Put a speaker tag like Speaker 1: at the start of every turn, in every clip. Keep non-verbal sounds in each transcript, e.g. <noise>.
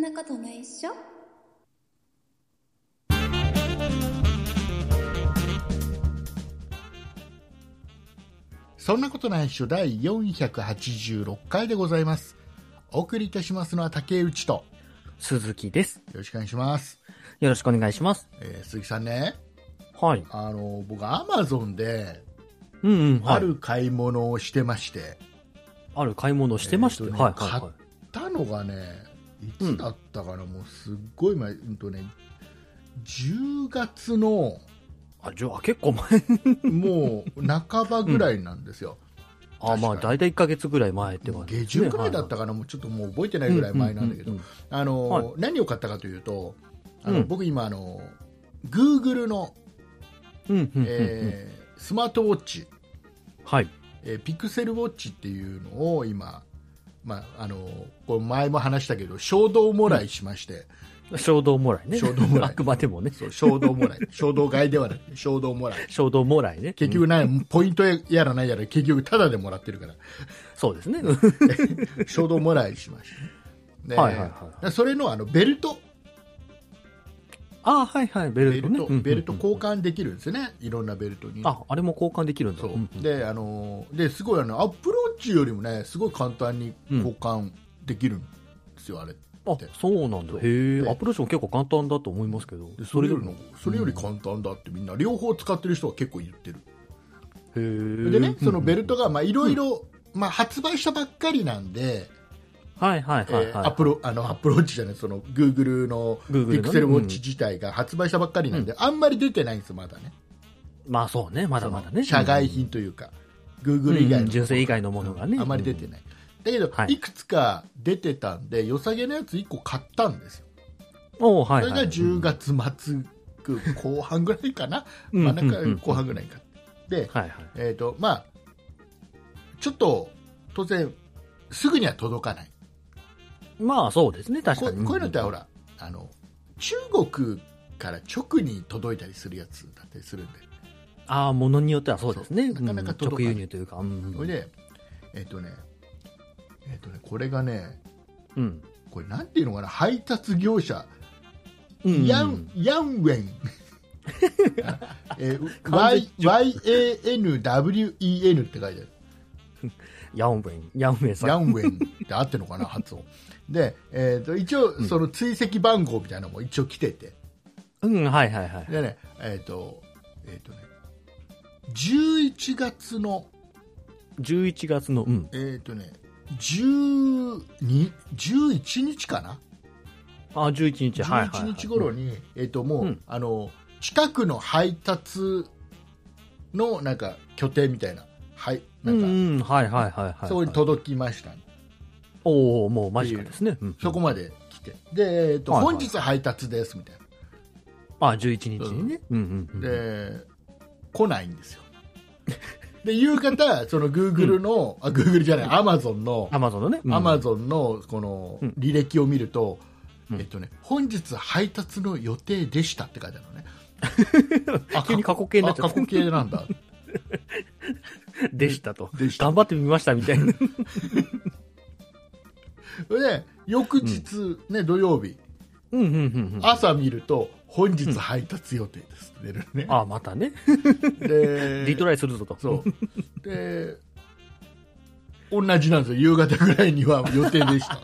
Speaker 1: なことないっしょ
Speaker 2: そんなことないっしょ第486回でございます。お送りいたしますのは竹内と、よ
Speaker 3: 鈴木です。
Speaker 2: ろしくお願いします。
Speaker 3: よろしくお願いします。
Speaker 2: えー鈴木さんね、
Speaker 3: はい。
Speaker 2: あの、僕、アマゾンで、
Speaker 3: うんうん、はい。
Speaker 2: あ。る買い物をしてまして、
Speaker 3: ある買い物をしてましたよ。
Speaker 2: えーとね
Speaker 3: はい、は
Speaker 2: 買
Speaker 3: い、は
Speaker 2: ったのがね、いつだったかな、もうすっごい前、うんとね、10月の、
Speaker 3: い。あ、じゃあ
Speaker 2: <laughs>
Speaker 3: 結構前。
Speaker 2: もう、半ばぐらいなんですよ。
Speaker 3: あ、まあ、だいたい1ヶ月ぐらい前って感じ
Speaker 2: 下
Speaker 3: ですね、
Speaker 2: 旬くらいだったかな、もうちょっともう覚えてないぐらい前なんだけど、
Speaker 3: ううう
Speaker 2: あの、
Speaker 3: はい
Speaker 2: 何を買ったかというと、あの
Speaker 3: うん
Speaker 2: 僕今あの、Google の、
Speaker 3: うんうんうんうん。
Speaker 2: えースマートウォッチ、
Speaker 3: はい。
Speaker 2: えーピクセルウォッチっていうのを今、まあ、あのこれ前も話したけど衝動もらいしまして、
Speaker 3: 衝動もらいね。
Speaker 2: 衝動もらい
Speaker 3: あくまでもね。
Speaker 2: そう衝動もらい <laughs> 衝動買いではなくて衝動もらい
Speaker 3: 衝動もらいね。
Speaker 2: 結
Speaker 3: うん
Speaker 2: 局ない、ポイントやらないやら結局タダでもらってる
Speaker 3: <laughs>
Speaker 2: から
Speaker 3: そうですね。
Speaker 2: 衝動もらいしましたね、で
Speaker 3: はいはいはい
Speaker 2: それのあのベルト
Speaker 3: あ、はいはい。ベ
Speaker 2: ベ
Speaker 3: ルト
Speaker 2: ル
Speaker 3: ね
Speaker 2: ト。
Speaker 3: うんうんうん
Speaker 2: ベルト交換できるんですよねいろんなベルトに
Speaker 3: あ、あれも交換できるんだ。
Speaker 2: そう、
Speaker 3: んん
Speaker 2: であのーですごいあのアップルウォッチよりもねすごい簡単に交換できるんですよ、あれ
Speaker 3: あ、そうなんだ。へえ。
Speaker 2: で
Speaker 3: アプローチも結構簡単だと思いますけど。
Speaker 2: でそれより
Speaker 3: も
Speaker 2: のそれより簡単だってみんな両方使ってる人は結構言ってる、
Speaker 3: へえ。
Speaker 2: でねそのベ
Speaker 3: ル
Speaker 2: ルトがまあいろいろまあ発売したばっかりなんで、
Speaker 3: ト。はいはいはい
Speaker 2: えー
Speaker 3: はい。
Speaker 2: アップルあのアップルウォッチじゃないそのグーグルの
Speaker 3: Google のね
Speaker 2: ピクセルウォッチ自体が発売したばっかりなんで、あんまり出てないんですよまだね
Speaker 3: まあそうね。まだまだね。
Speaker 2: その社外品というか、グーグル以外
Speaker 3: うん
Speaker 2: の
Speaker 3: 純正以外のものがね。
Speaker 2: あまり出てない、だけど、
Speaker 3: はい
Speaker 2: い、くつか出てたんで良さげなやつ1個買ったんですよ
Speaker 3: おうは
Speaker 2: そ
Speaker 3: い
Speaker 2: れ
Speaker 3: はい、
Speaker 2: が10月末く後半ぐらいかな、
Speaker 3: うん
Speaker 2: まあ、なんか
Speaker 3: うんうん
Speaker 2: 後半ぐらいかで、
Speaker 3: はいはい。
Speaker 2: えーとまあ、ちょっと当然すぐには届かない
Speaker 3: まあそうですね、確
Speaker 2: こ
Speaker 3: か
Speaker 2: う
Speaker 3: に。
Speaker 2: こういうのってほ
Speaker 3: ら。
Speaker 2: らあの中国から直に届いたりするやつだったりするんで
Speaker 3: ああ、ものによってはそうですね。
Speaker 2: そうなかなか
Speaker 3: うん
Speaker 2: 届かない
Speaker 3: 直輸入というか。うん
Speaker 2: それでえっ、とねえっ、とねこれがね
Speaker 3: うん。
Speaker 2: これなんていうのかな配達業者
Speaker 3: うん。
Speaker 2: ヤン、ヤンウェ
Speaker 3: <laughs>
Speaker 2: ン。えー、
Speaker 3: 完
Speaker 2: Y-
Speaker 3: 全
Speaker 2: YANWEN って書いてある。
Speaker 3: ヤンウェン。ヤンウェンさん。
Speaker 2: ヤンウェンって合ってるのか
Speaker 3: <laughs>
Speaker 2: な、発音。で、えー、と一応、その追跡番号みたいなのも一応来てて、
Speaker 3: うん、はいはいはい。
Speaker 2: でね、えっ、と、えっ、とね、11月の、
Speaker 3: 11月の、うん。
Speaker 2: えっ、とね、12 11日かな、
Speaker 3: ああ、11日、はいはい、はい。
Speaker 2: 11日頃に、えっ、と、もう、
Speaker 3: うん
Speaker 2: あの、近くの配達の、なんか、拠点みたいな、はい、
Speaker 3: う、
Speaker 2: なんん
Speaker 3: う
Speaker 2: か、
Speaker 3: ん、はいはいはいはい。
Speaker 2: そこに届きました、
Speaker 3: おおもう間近ですね。うん。
Speaker 2: そこまで来て、で、えっ、と、
Speaker 3: はいはい
Speaker 2: 本日配達です、みたい
Speaker 3: ああ、11日にね。うんうんうん。
Speaker 2: な。で、来ないんですよ。で、夕方、その、グーグルの、あ、グーグルじゃない、アマゾンの、
Speaker 3: アマゾンのね。
Speaker 2: アマゾンの、この
Speaker 3: うん、
Speaker 2: 履歴を見ると、
Speaker 3: うん
Speaker 2: えっとね、本日配達の予定でしたって書いてあるのね。あ
Speaker 3: <laughs> 急に過去形になっちゃ
Speaker 2: あ
Speaker 3: っ
Speaker 2: 過去形なん
Speaker 3: <laughs>
Speaker 2: だ。
Speaker 3: た。でしたと。
Speaker 2: でした
Speaker 3: 頑張ってみましたみたいな。
Speaker 2: それで翌日、ね土曜日
Speaker 3: うんうんうんうん。
Speaker 2: 朝見ると本日配達予定ですって出るね、
Speaker 3: <laughs> ああ、またね。
Speaker 2: で
Speaker 3: リトライするぞと。
Speaker 2: そうで同じなんですよ夕方ぐらいには予定で
Speaker 3: <laughs>
Speaker 2: したあ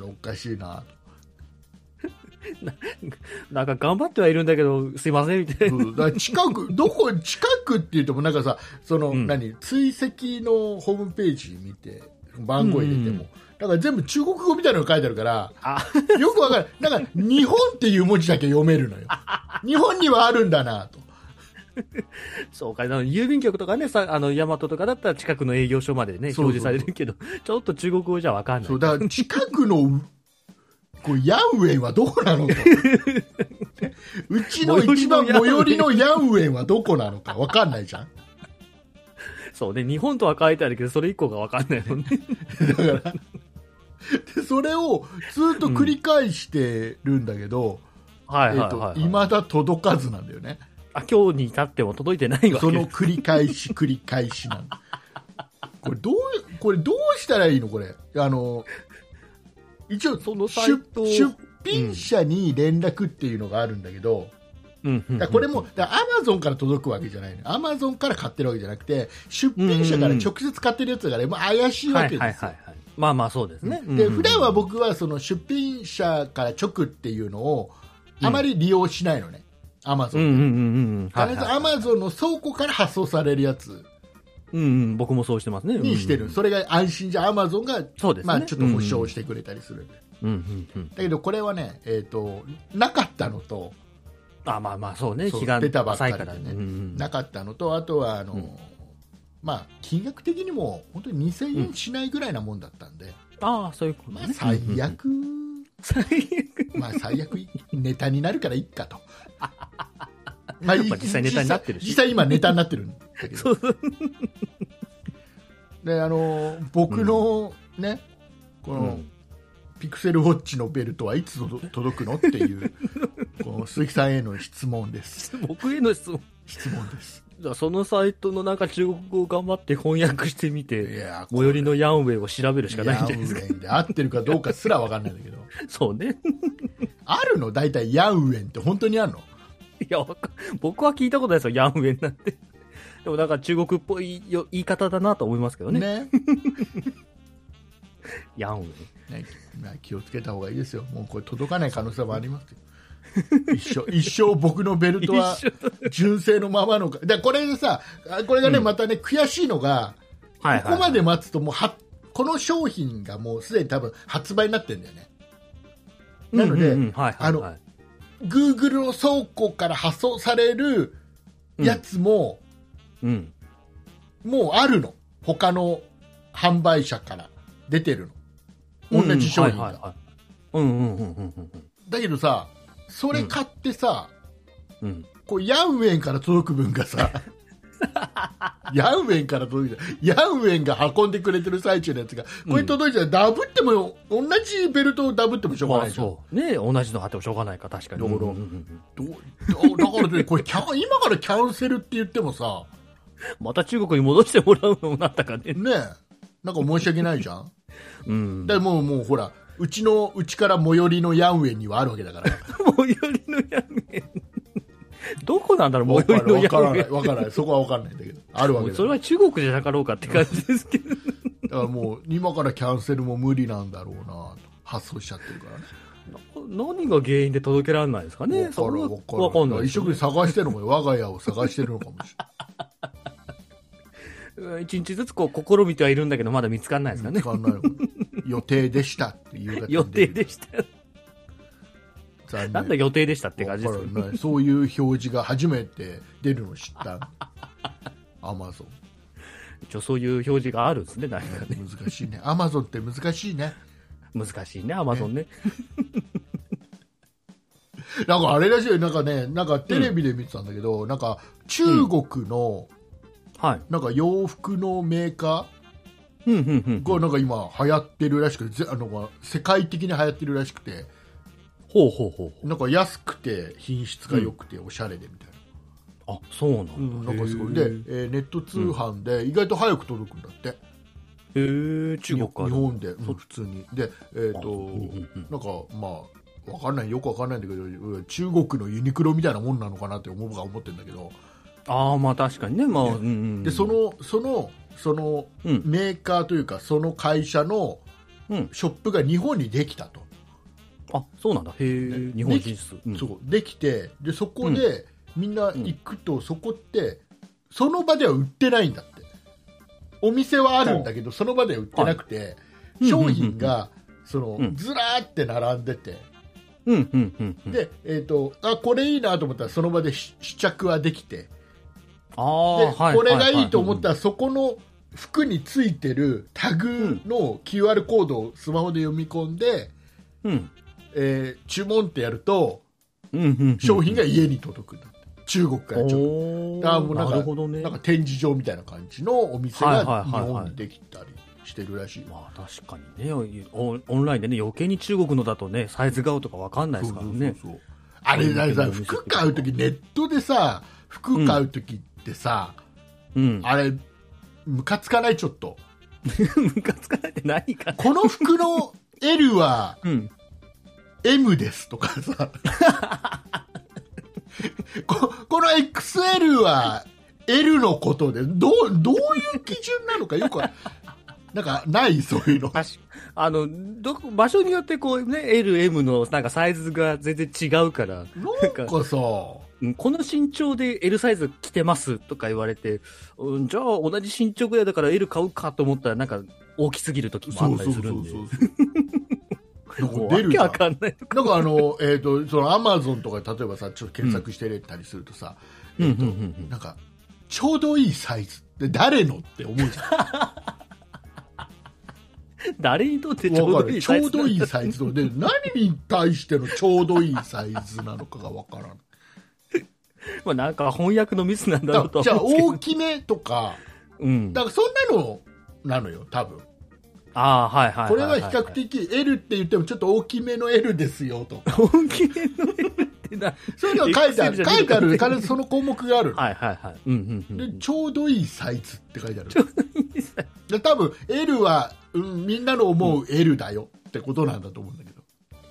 Speaker 2: れおかしいな
Speaker 3: なんか頑張ってはいるんだけど、すいません、みたいな。
Speaker 2: そうだから近く <laughs> どこ近くって言ってもなんかさその、
Speaker 3: うん
Speaker 2: 何追跡のホームページ見て番号入れて
Speaker 3: うんうんう
Speaker 2: も、だから全部中国語みたいなのが書いてあるから
Speaker 3: あ、
Speaker 2: よくわかる。なんか、日本っていう文字だけ読めるのよ。日本にはあるんだなと。
Speaker 3: そうか、あの郵便局とかね、さあの、ヤマトとかだったら近くの営業所までね、
Speaker 2: そうそう
Speaker 3: 表
Speaker 2: そう
Speaker 3: 示されるけど、ちょっと中国語じゃわかんない
Speaker 2: そう、。だから近くの、こうヤンウェンはどこな
Speaker 3: <laughs>
Speaker 2: のと。うちの一番最寄りのヤンウェンはどこなのかわかんないじゃん。
Speaker 3: そうね、日本とは書いてあるけど、それ以降がわかんないもん
Speaker 2: <laughs>
Speaker 3: ね。
Speaker 2: でそれをずっと繰り返してるんだけど、
Speaker 3: はい
Speaker 2: え
Speaker 3: はい
Speaker 2: っ
Speaker 3: はい、
Speaker 2: と
Speaker 3: はい、
Speaker 2: 未だ届かずなんだよね。
Speaker 3: あ、今日に至っても届いてないわけ
Speaker 2: その繰り返し繰り返しなんだこれどうこれどうしたらいいのこれあの一応
Speaker 3: そのサイ
Speaker 2: 出
Speaker 3: トを
Speaker 2: 出品者に連絡っていうのがあるんだけど、
Speaker 3: うんうん
Speaker 2: だからこれもアマゾンから届くわけじゃないアマゾンから買ってるわけじゃなくて出品者から直接買ってるやつだから、もう怪しいわ
Speaker 3: は
Speaker 2: け
Speaker 3: い
Speaker 2: ですよ、
Speaker 3: はいはいはい。まあまあそうですね。
Speaker 2: で普段は
Speaker 3: 僕
Speaker 2: 僕はその出品者から直っていうのをあまり利用しないのね、アマゾ
Speaker 3: う
Speaker 2: ン
Speaker 3: んうんうんうん。
Speaker 2: 必ずアマゾンの倉庫から発送されるやつ
Speaker 3: うんうん、僕もそうしてますね。
Speaker 2: にしてる、
Speaker 3: うん
Speaker 2: それが安心じゃアマゾンが、
Speaker 3: そうですね。
Speaker 2: まあ、ちょっと保証してくれたりする、だ
Speaker 3: うんうんうん。
Speaker 2: けどこれはね、えー、となかったのと
Speaker 3: あまあまあそうね。
Speaker 2: そう
Speaker 3: 日が
Speaker 2: 出たばっか
Speaker 3: 浅
Speaker 2: りで
Speaker 3: いか
Speaker 2: ね
Speaker 3: らね。うんうん
Speaker 2: なかったのとあとはあの、
Speaker 3: うん
Speaker 2: まあ、金額的にも本当に2000円しないぐらいなもんだったんで、
Speaker 3: ああ、そういうこと
Speaker 2: ま
Speaker 3: ね
Speaker 2: あ、。最悪、
Speaker 3: 最悪。
Speaker 2: まあ最悪いネタになるからいい
Speaker 3: <laughs>
Speaker 2: かと。まあ
Speaker 3: まあ実際ネタになってるし
Speaker 2: 実際実際今ネタになってるんだけど。
Speaker 3: そうそう。
Speaker 2: <laughs> で、あの、僕のね、この、ピクセルウォッチのベルトはいつ届届くのって
Speaker 3: <laughs>
Speaker 2: いう、この鈴木さんへの質問です。
Speaker 3: 僕への質問。
Speaker 2: 質問です。
Speaker 3: じゃあそのサイトのなんか中国語を頑張って翻訳してみ
Speaker 2: い
Speaker 3: て、
Speaker 2: やー、
Speaker 3: 最寄りのヤンウェイを調べるしかないんじゃ
Speaker 2: ヤ
Speaker 3: な
Speaker 2: ン
Speaker 3: い
Speaker 2: ウ
Speaker 3: ですか。
Speaker 2: ェンで合ってるかどうかすらわかんないんだけど。
Speaker 3: そうね。
Speaker 2: あるの大体ヤンウェンって本当にあるの
Speaker 3: いや、わか僕は聞いたことないですよ、ヤンウェンなんて。 <laughs> でもなんか中国っぽいよ言い方だなと思いますけどね。
Speaker 2: ね
Speaker 3: ヤンウェン。
Speaker 2: ね、まあ気をつけた方がいいですよ、もうこれ届かない可能性もあります
Speaker 3: <laughs>
Speaker 2: よ一生一生僕のベルトは
Speaker 3: 一緒だ
Speaker 2: 純正のままのか、でこれでさ、あこれがね、
Speaker 3: うん
Speaker 2: またね、悔しいのが、
Speaker 3: はい
Speaker 2: ここまで待つともうは、この商品がもうすでに多分発売になってるんだよね、なので
Speaker 3: うんうんうんはいはいはい、
Speaker 2: Google の倉庫から発送されるやつも、
Speaker 3: うん。
Speaker 2: もうあるの、他の販売者から出てるの、同じ商品が。
Speaker 3: はいはいはいうんうんうんうんうん
Speaker 2: だけどさ、それ買ってさ、
Speaker 3: うん。うん
Speaker 2: こうヤンウェンから届く分が
Speaker 3: <laughs>
Speaker 2: さヤンウェンから届いたヤンウェンが運んでくれてる最中のやつがこれ届いちゃうダブっても同じベルトをダブってもしょうが
Speaker 3: ま
Speaker 2: ない
Speaker 3: あ
Speaker 2: でしょ、
Speaker 3: そう。ね同じの貼ってもしょうがないか、確かに。
Speaker 2: だから
Speaker 3: うんうんうん
Speaker 2: どうだだからねこれキャン今からキャンセルって言ってもさ
Speaker 3: また中国に戻してもらうのになったかね。
Speaker 2: ねえなんか申し訳ないじゃん
Speaker 3: うん。
Speaker 2: だからもうもうほらうちのうちから最寄りのヤンウェンにはあるわけだから
Speaker 3: 最寄りのヤンウェン。 <laughs> どこなんだろう、
Speaker 2: 分
Speaker 3: 最
Speaker 2: か
Speaker 3: 寄りのヤンウ
Speaker 2: らな
Speaker 3: ェ
Speaker 2: い分からないそこは分からないんだけどあるわけ
Speaker 3: ン。
Speaker 2: だ
Speaker 3: そ
Speaker 2: か
Speaker 3: れは中国じゃなかろうかって感じですけど。
Speaker 2: らだからもう今からキャンセルも無理なんだろうなと発想しちゃってるからね
Speaker 3: <laughs> 何が原因で届けられないですかね。
Speaker 2: わか
Speaker 3: そ
Speaker 2: る
Speaker 3: れは
Speaker 2: わ
Speaker 3: わ
Speaker 2: かる
Speaker 3: かんない。
Speaker 2: 一生懸命探してるのも我が家を探してるのかもし
Speaker 3: うん一日ずつこう、試みてはいるんだけど、まだ見つかんないです
Speaker 2: れな
Speaker 3: か
Speaker 2: い
Speaker 3: ね。
Speaker 2: わかんないもん予定でしたっていう方
Speaker 3: <laughs> 予定で <laughs> した。
Speaker 2: 残念
Speaker 3: なんだ予定でしたって感じです
Speaker 2: わ
Speaker 3: けど
Speaker 2: かんないそういう表示が初めて出るの知ったアマゾン
Speaker 3: 一応そういう表示があるんですね、なんかね。
Speaker 2: 難しいねアマゾンって難しいね
Speaker 3: 難しいね、アマゾンね。
Speaker 2: なんかあれらしいよなんかねなんかテレビで見てたんだけど、なんか中国の
Speaker 3: はい。
Speaker 2: なんか洋服のメーカ
Speaker 3: うん、うん、うん
Speaker 2: ー。がなんか今流行ってるらしくてぜあの世界的に流行ってるらしくて
Speaker 3: ほうほうほうほ
Speaker 2: なんか安くて品質が良くておしゃれでみたいな、
Speaker 3: う。あ、そうなんだ。
Speaker 2: うん、なんかすごい
Speaker 3: へ
Speaker 2: で、え
Speaker 3: ー
Speaker 2: ーネット通販で意外と早く届くんだって、
Speaker 3: へー、中国から。
Speaker 2: 日本で、うん
Speaker 3: そ
Speaker 2: 普通にでえっ、と、
Speaker 3: うんうんうん
Speaker 2: なんかまあわかんないよくわかんないんだけどうん中国のユニクロみたいなもんなのかなって思うか思ってるんだけど
Speaker 3: ああ、まあ確かにね、まあ、
Speaker 2: ね
Speaker 3: うんうん。
Speaker 2: でそ、のそのその
Speaker 3: うん、
Speaker 2: メーカーというかその会社の
Speaker 3: うん。
Speaker 2: ショップが日本にできたと、
Speaker 3: あ、そうなんだ。へー、
Speaker 2: ね
Speaker 3: 日本進出。うん
Speaker 2: そうできてでそこでみんな行くと、そこってその場では売ってないんだってお店はあるんだけどその場では売ってなくて、
Speaker 3: はい
Speaker 2: 商品がその
Speaker 3: うん
Speaker 2: ずらーって並んでて、
Speaker 3: うん、うん、うんうん。、
Speaker 2: で、えー、とあこれいいなと思ったらその場で試試着はできてで、
Speaker 3: ああ、はい。
Speaker 2: これがいいと思った
Speaker 3: ら、
Speaker 2: らそこの服についてるタグの QR コードをスマホで読み込んで、
Speaker 3: うん。
Speaker 2: えー注文ってやると
Speaker 3: うん、うんうん。
Speaker 2: 商品が家に届くんだって中国から直接
Speaker 3: お
Speaker 2: あもうなん
Speaker 3: な
Speaker 2: か
Speaker 3: るほどね。
Speaker 2: なんか展示場みたいな感じのお店
Speaker 3: は
Speaker 2: が
Speaker 3: いはい
Speaker 2: 日
Speaker 3: はいはい
Speaker 2: 本にできたりしてるらしいわ。
Speaker 3: まあ確かにね、オンオンラインでね、余計に中国のだとね、サイズが合うとかわかんないですからね。
Speaker 2: そうそうそうあれださ、服買うとき、ネットでさ、服買うときってさ、
Speaker 3: うん。
Speaker 2: あれ、ムカつかない、ちょっと。
Speaker 3: ムカつかないって何か。
Speaker 2: この服の L は
Speaker 3: うん。
Speaker 2: M ですとかさ <laughs> ここの XL は L のことでどうどういう基準なのかよくわなんかないそういうの
Speaker 3: 確かあの、どこ、場所によってこうね、L、M のなんかサイズが全然違うか
Speaker 2: な
Speaker 3: ら、
Speaker 2: んかさ
Speaker 3: うんこの身長で L サイズ着てますとか言われて、うん、じゃあ同じ身長ぐらいだから L 買うかと思ったらなんか大きすぎる時もあ
Speaker 2: そ
Speaker 3: っ
Speaker 2: う
Speaker 3: た
Speaker 2: そう
Speaker 3: りす
Speaker 2: そうそ
Speaker 3: るんで。 <laughs>
Speaker 2: うなん
Speaker 3: も
Speaker 2: か出
Speaker 3: うわ
Speaker 2: る
Speaker 3: け
Speaker 2: じゃん
Speaker 3: わかんない。
Speaker 2: なんかあの、えー、とそのアマゾンとか例えばさちょっと検索してたりするとさ、
Speaker 3: うんうん
Speaker 2: えーと
Speaker 3: うんうん
Speaker 2: なんかちょうどいいサイズって誰のって思うじゃん
Speaker 3: 誰にとって <laughs> ちょう
Speaker 2: わ
Speaker 3: ど
Speaker 2: か
Speaker 3: い
Speaker 2: る
Speaker 3: い
Speaker 2: ちょ
Speaker 3: サイズ
Speaker 2: うどいいサイズので何に対してのちょうどいいサイズなのかがわからん
Speaker 3: まあなんか翻訳のミス <laughs> なんだ
Speaker 2: だ
Speaker 3: ろう
Speaker 2: か
Speaker 3: と
Speaker 2: ら
Speaker 3: は
Speaker 2: じゃあ
Speaker 3: 思うん
Speaker 2: 大きめとか
Speaker 3: ですけど。うん
Speaker 2: だ。からそんなのなのよ多分
Speaker 3: ああ、はいはい
Speaker 2: こ
Speaker 3: い
Speaker 2: れ
Speaker 3: は
Speaker 2: はい比較。的 L って言ってもちょっと大きめの L ですよとか
Speaker 3: 本気での L ってな。
Speaker 2: そういうのが書いてあ
Speaker 3: Excel じ
Speaker 2: る
Speaker 3: ゃねえ
Speaker 2: 書いてある
Speaker 3: か
Speaker 2: かその項目がある
Speaker 3: はいはいはい。うんうんう
Speaker 2: で
Speaker 3: ん。
Speaker 2: ちょうどいいサイズって書いてあるで多分 L は、うん、みんなの思う L だよってことなんだと思うんだけど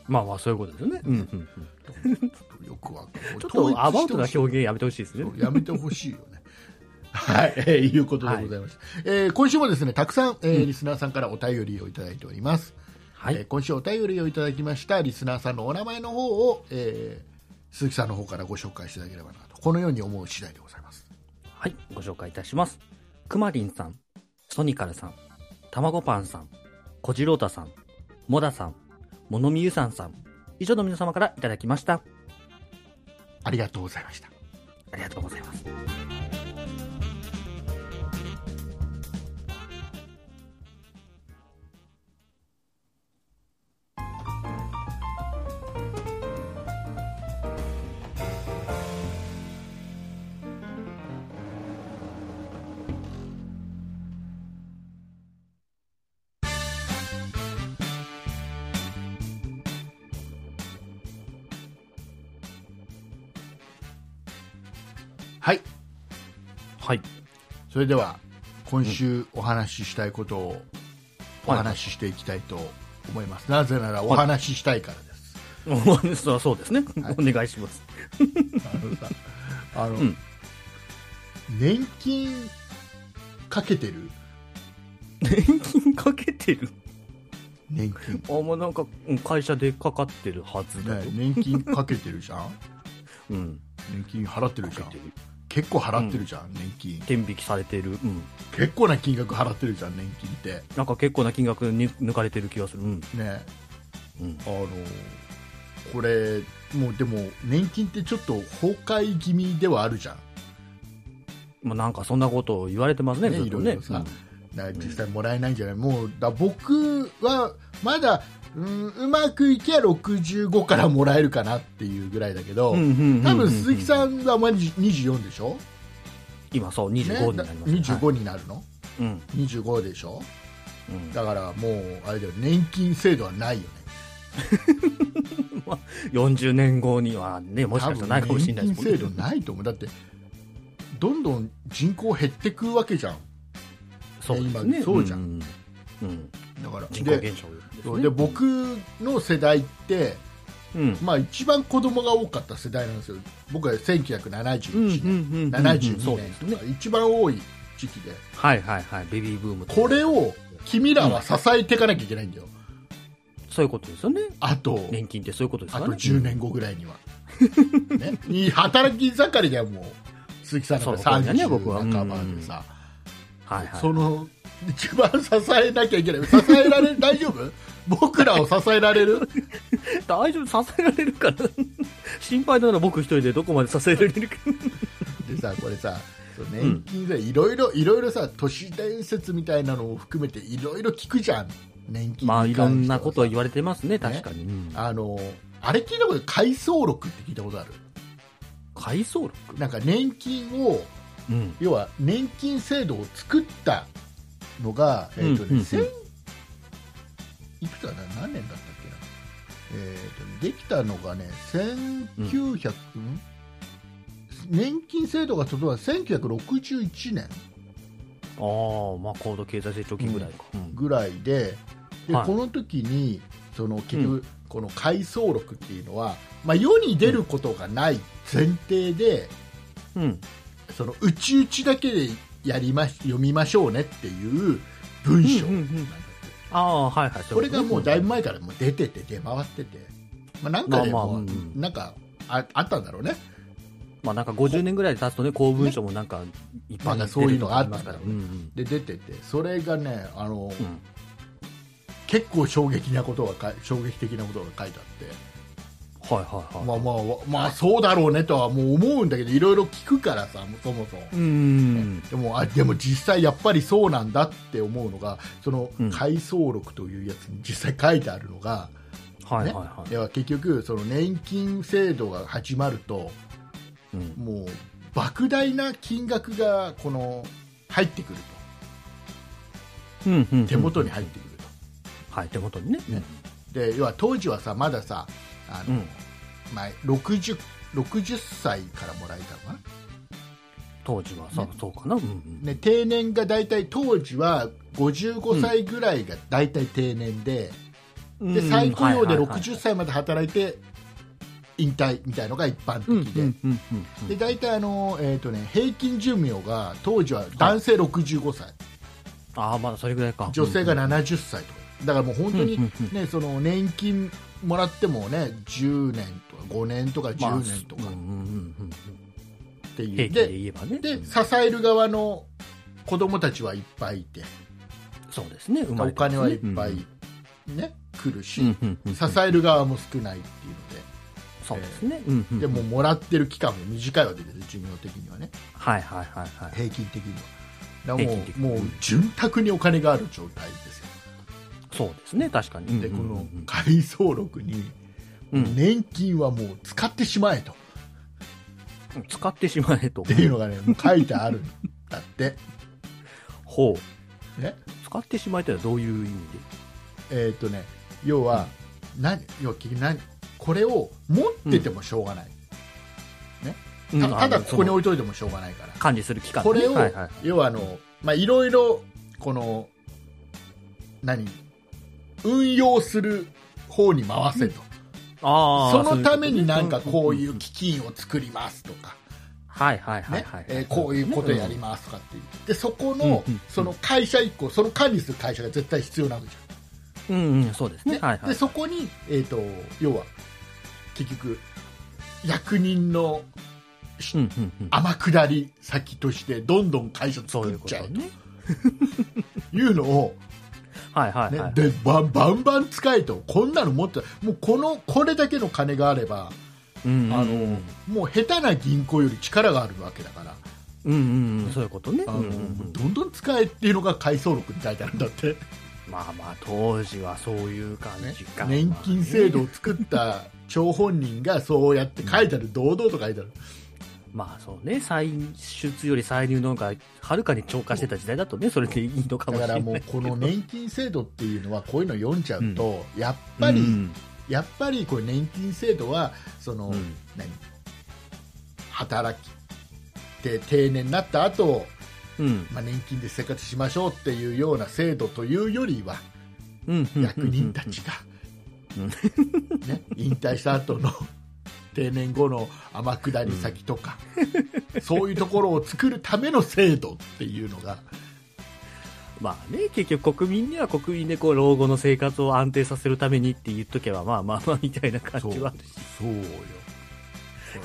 Speaker 3: まあまあそういうことですよね。うんうんうん。
Speaker 2: よくわかんない
Speaker 3: ちょっとアバウトな表現やめてほしいですね
Speaker 2: そう。やめてほしいよね。はい、えーいうことでございました。えー今週もですね、たくさん、えーリスナーさんからお便りをいただいております。
Speaker 3: は
Speaker 2: えー
Speaker 3: い。
Speaker 2: 今週お便りをいただきましたリスナーさんのお名前の方を、えー鈴木さんの方からご紹介していただければなと、このように思う次第でございます。
Speaker 3: はい。ご紹介いたします。くまりんさん、ソニカルさん、たまごパンさん、こじろうたさん、もださん、ものみゆさんさん、以上の皆様からいただきました。
Speaker 2: ありがとうございました。
Speaker 3: ありがとうございます。
Speaker 2: はい、
Speaker 3: はい。
Speaker 2: それでは今週お話ししたいことをお
Speaker 3: はい
Speaker 2: 話ししていきたいと思います。なぜならお話ししたいからです。
Speaker 3: そう <laughs> そうですね。
Speaker 2: はい
Speaker 3: お願いします。
Speaker 2: あの、
Speaker 3: うん
Speaker 2: 年金かけてる
Speaker 3: 年金かけてる
Speaker 2: 年金、ね
Speaker 3: あ、もうなんか、うん会社でかかってるはずだよ。
Speaker 2: 年金かけてるじゃん
Speaker 3: うん。
Speaker 2: 年金払ってるじゃ
Speaker 3: か
Speaker 2: ん
Speaker 3: けてる。
Speaker 2: 結構払ってるじゃん、年金
Speaker 3: 天引きされてる。うん。
Speaker 2: 結構な金額払ってるじゃん年金って
Speaker 3: なんか結構な金額に抜かれてる気がする。うん。
Speaker 2: ね
Speaker 3: うん。
Speaker 2: あのこれもうでも年金ってちょっと崩壊気味ではあるじゃん
Speaker 3: まあなんかそんなことを言われてますね、
Speaker 2: ね
Speaker 3: ずっと
Speaker 2: いろい
Speaker 3: ね
Speaker 2: ろ。さだから実際もらえないんじゃない、もうだ僕はまだうんうまくいけば65からもらえるかなっていうぐらいだけど、
Speaker 3: うんうんうんうん
Speaker 2: 多分鈴木さんはまじ24でしょ、
Speaker 3: 今そう、25になります、
Speaker 2: ね、
Speaker 3: はい
Speaker 2: 25になるの、
Speaker 3: うん。
Speaker 2: 25でしょ
Speaker 3: うん
Speaker 2: だからもうあれだよ年金制度はないよね
Speaker 3: 40年後にはね、もしかしたらないかもしれない
Speaker 2: 多
Speaker 3: で
Speaker 2: 分
Speaker 3: す
Speaker 2: 年金制
Speaker 3: も
Speaker 2: 度
Speaker 3: んね。
Speaker 2: ないと思うだってどんどん人口減ってくわけじゃん
Speaker 3: そうです
Speaker 2: 今
Speaker 3: ね。
Speaker 2: そうじゃん
Speaker 3: ん。うん。
Speaker 2: だから
Speaker 3: 人口
Speaker 2: で
Speaker 3: 減少です
Speaker 2: そう
Speaker 3: ね。
Speaker 2: で僕の世代って、
Speaker 3: うん、
Speaker 2: まあ、一番子供が多かった世代なんですよ僕は1971
Speaker 3: うん。う
Speaker 2: 年、
Speaker 3: ん。うんうん。
Speaker 2: 72
Speaker 3: そうで
Speaker 2: 年
Speaker 3: す
Speaker 2: と
Speaker 3: ね
Speaker 2: か、。一番多い時期で
Speaker 3: はいはいはい。ベビーブームとか
Speaker 2: これを君らは支えていかなきゃいけないんだよ
Speaker 3: そういうことですよね。
Speaker 2: あと
Speaker 3: 年金ってそういうことですか
Speaker 2: あ
Speaker 3: ね。
Speaker 2: と10年後ぐらいに
Speaker 3: <laughs>
Speaker 2: は、ね、いい働き盛りだよもう鈴木さんなんか
Speaker 3: そうだね僕は
Speaker 2: 30半ばでさ、
Speaker 3: うん。はいはい。
Speaker 2: その一番支えなきゃいけない支えられ大丈夫僕らを支えられる
Speaker 3: 大丈夫、支えられるかな <laughs> 心配なら僕一人でどこまで支えられ
Speaker 2: <laughs>
Speaker 3: るか。
Speaker 2: でさこれさそう年金でいろいろいろいろさ都市伝説みたいなのを含めていろいろ聞くじゃん年金
Speaker 3: まあい
Speaker 2: に関しては
Speaker 3: ろ
Speaker 2: さ
Speaker 3: んなことは言われてますね、確かに。うん
Speaker 2: あのあれ聞いたことない回想録って聞いたことある
Speaker 3: 回想録
Speaker 2: なんか年金を
Speaker 3: うん。
Speaker 2: 要は年金制度を作ったのが、えーと
Speaker 3: うんうんう
Speaker 2: ね
Speaker 3: ん
Speaker 2: 千いくつだな何年だったっけな、えーとねできたのがね1900、ん年金制度が整ったのは1961年
Speaker 3: ああ、まあ高度経済成長期ぐらいか。うん
Speaker 2: ぐらいでで、
Speaker 3: はい
Speaker 2: この時にその結局、この回想録っていうのは、まあ、世に出ることがない前提で、
Speaker 3: うん。
Speaker 2: そのうちうちだけでやりまし読みましょうねっていう文章
Speaker 3: うんうん
Speaker 2: なん
Speaker 3: う
Speaker 2: だ
Speaker 3: ん
Speaker 2: って
Speaker 3: ああ、はいはい。
Speaker 2: これがもうだいぶ前
Speaker 3: か
Speaker 2: からもう出てて出回ってて、まあ、なんかで
Speaker 3: まあまあ
Speaker 2: も
Speaker 3: うん
Speaker 2: なんかああったんだろうね
Speaker 3: まあなんか50年ぐらい経つとね、公文書もなんか、いっぱい
Speaker 2: まあ
Speaker 3: 出てると
Speaker 2: そういうのがあったんだろうね
Speaker 3: うんうん。
Speaker 2: で出ててそれがねあの、
Speaker 3: うん
Speaker 2: 結構衝撃なことがか衝撃的なことが書いてあって
Speaker 3: はいはいはい。
Speaker 2: まあまあまあそうだろうねとはもう思うんだけどいろいろ聞くからさそもそも。
Speaker 3: うん。
Speaker 2: でもあでも実際やっぱりそうなんだって思うのがその
Speaker 3: うん
Speaker 2: 回想録というやつに実際書いてあるのが、
Speaker 3: はいはい
Speaker 2: ね
Speaker 3: は
Speaker 2: では結局その年金制度が始まると
Speaker 3: い。うん
Speaker 2: もう莫大な金額がこの入ってくる
Speaker 3: うんうん。
Speaker 2: と手元に入ってくると、
Speaker 3: はい、手元にね。
Speaker 2: ねで要は当時はさまださあ
Speaker 3: う
Speaker 2: の、
Speaker 3: ん。
Speaker 2: まあ、60, 60歳からもらえたのか
Speaker 3: 当時はさ
Speaker 2: ね、
Speaker 3: そうかな。うんうん。
Speaker 2: な、ね、定年が大体当時は55歳ぐらいが大体定年で,、
Speaker 3: うん
Speaker 2: で再雇用で60。
Speaker 3: はい
Speaker 2: 歳まで働いて引退みたいのが一般
Speaker 3: はいはい
Speaker 2: 的で。
Speaker 3: うんうんうんうん
Speaker 2: で大体あの、えーとね、平均寿命が当時は男性65歳、
Speaker 3: ああ、まだそれぐらいか。
Speaker 2: 女性が
Speaker 3: うんうん
Speaker 2: 70歳とか、だからもう本当に、
Speaker 3: うん
Speaker 2: ね
Speaker 3: うん
Speaker 2: その年金もらってもね10年とか5年とか
Speaker 3: まあ
Speaker 2: 10年とか
Speaker 3: うんうんうんうん
Speaker 2: っていう、
Speaker 3: 平均で
Speaker 2: で
Speaker 3: 言えばね。
Speaker 2: で
Speaker 3: うん
Speaker 2: 支える側の子供たちはいっぱいいて、
Speaker 3: そうですね。生ま
Speaker 2: お
Speaker 3: れてま
Speaker 2: 金
Speaker 3: すね
Speaker 2: はいっぱい、ね来るし、
Speaker 3: うんうんうんうん
Speaker 2: 支える側も少ないっていう
Speaker 3: そうですね。うんうん
Speaker 2: ので、でももらってる期間も短いわけですよ寿命的にはね
Speaker 3: はいはいはいはい。
Speaker 2: 平均的には。だからも
Speaker 3: 平均的
Speaker 2: うもう潤沢にお金がある状態ですよ。
Speaker 3: そうですね、確かに。
Speaker 2: で
Speaker 3: う
Speaker 2: こ
Speaker 3: んうんう
Speaker 2: の
Speaker 3: ん
Speaker 2: 回想録に
Speaker 3: うん
Speaker 2: 年金はもう使ってしまえとっ
Speaker 3: うん使ってしまえと。
Speaker 2: ていうのが
Speaker 3: <laughs>
Speaker 2: ねもう書いてあるんだって、
Speaker 3: ほう。
Speaker 2: ね
Speaker 3: 使ってしまえというのはどういう意味で
Speaker 2: えっ、とね要は何要は結局何これを持っててもしょうがない、
Speaker 3: うん
Speaker 2: た
Speaker 3: あの
Speaker 2: ただここに
Speaker 3: その
Speaker 2: 置いといてもしょうがないから
Speaker 3: 管理する機関
Speaker 2: これを、
Speaker 3: はいはいはい
Speaker 2: 要はあのまあいろいろこの何運用する方に回せと、
Speaker 3: あ
Speaker 2: そ
Speaker 3: ー
Speaker 2: のためになんかこうい
Speaker 3: ん
Speaker 2: うん
Speaker 3: ん
Speaker 2: 基金を作りますとか、
Speaker 3: はいはいはい
Speaker 2: ね
Speaker 3: はい。
Speaker 2: えーこういうことやりますとかっていう、でそこの,、
Speaker 3: うんうん
Speaker 2: その会社一個その管理する会社が絶対必要なわけじ
Speaker 3: す。うんうん、そうです
Speaker 2: ゃん、ね
Speaker 3: ね。はいは
Speaker 2: で
Speaker 3: い。
Speaker 2: そこに、えー、と要は結局役人のし
Speaker 3: うんうんうん。
Speaker 2: 天下り先としてどんどん会社
Speaker 3: そう
Speaker 2: 作
Speaker 3: いう
Speaker 2: っ
Speaker 3: こ
Speaker 2: ち
Speaker 3: と
Speaker 2: ゃう
Speaker 3: ね。
Speaker 2: というのを、
Speaker 3: はいはい
Speaker 2: ね
Speaker 3: はい。
Speaker 2: でバンバンバン使えとこんなの持ってもうこのこれだけの金があれば
Speaker 3: うんうん
Speaker 2: あのもう下手な銀行より力があるわけだから
Speaker 3: うんうんうん、そういうことね。
Speaker 2: あの、
Speaker 3: うんうんうん
Speaker 2: どんどん使えっていうのが回想録に書いてあるんだって。
Speaker 3: まあまあ、当時はそういう感じか。
Speaker 2: 年金制度を作った張本人がそうやって書いてある、堂々と書いてある、
Speaker 3: まあそうね、歳出より歳入の方がはるかに超過してた時代だとね、それでいいのかも
Speaker 2: だ
Speaker 3: し
Speaker 2: か
Speaker 3: れ
Speaker 2: ら
Speaker 3: な
Speaker 2: も
Speaker 3: い。
Speaker 2: う、この年金制度っていうのは、こういうの読んじゃうと、やっぱり、
Speaker 3: うん
Speaker 2: やっぱりこれ年金制度は、その、
Speaker 3: うん
Speaker 2: 何働きで定年になった後、
Speaker 3: うん
Speaker 2: まあ年金で生活しましょうっていうような制度というよりは、
Speaker 3: うんうん
Speaker 2: 役人たちが
Speaker 3: うん、
Speaker 2: ね、引退した後の定年後の天下り先とか、そういうところを作るための制度っていうのが、
Speaker 3: まあね、結局国民には国民でこう老後の生活を安定させるためにって言っとけば、まあまあまあみたいな感じはあるし、
Speaker 2: そうよ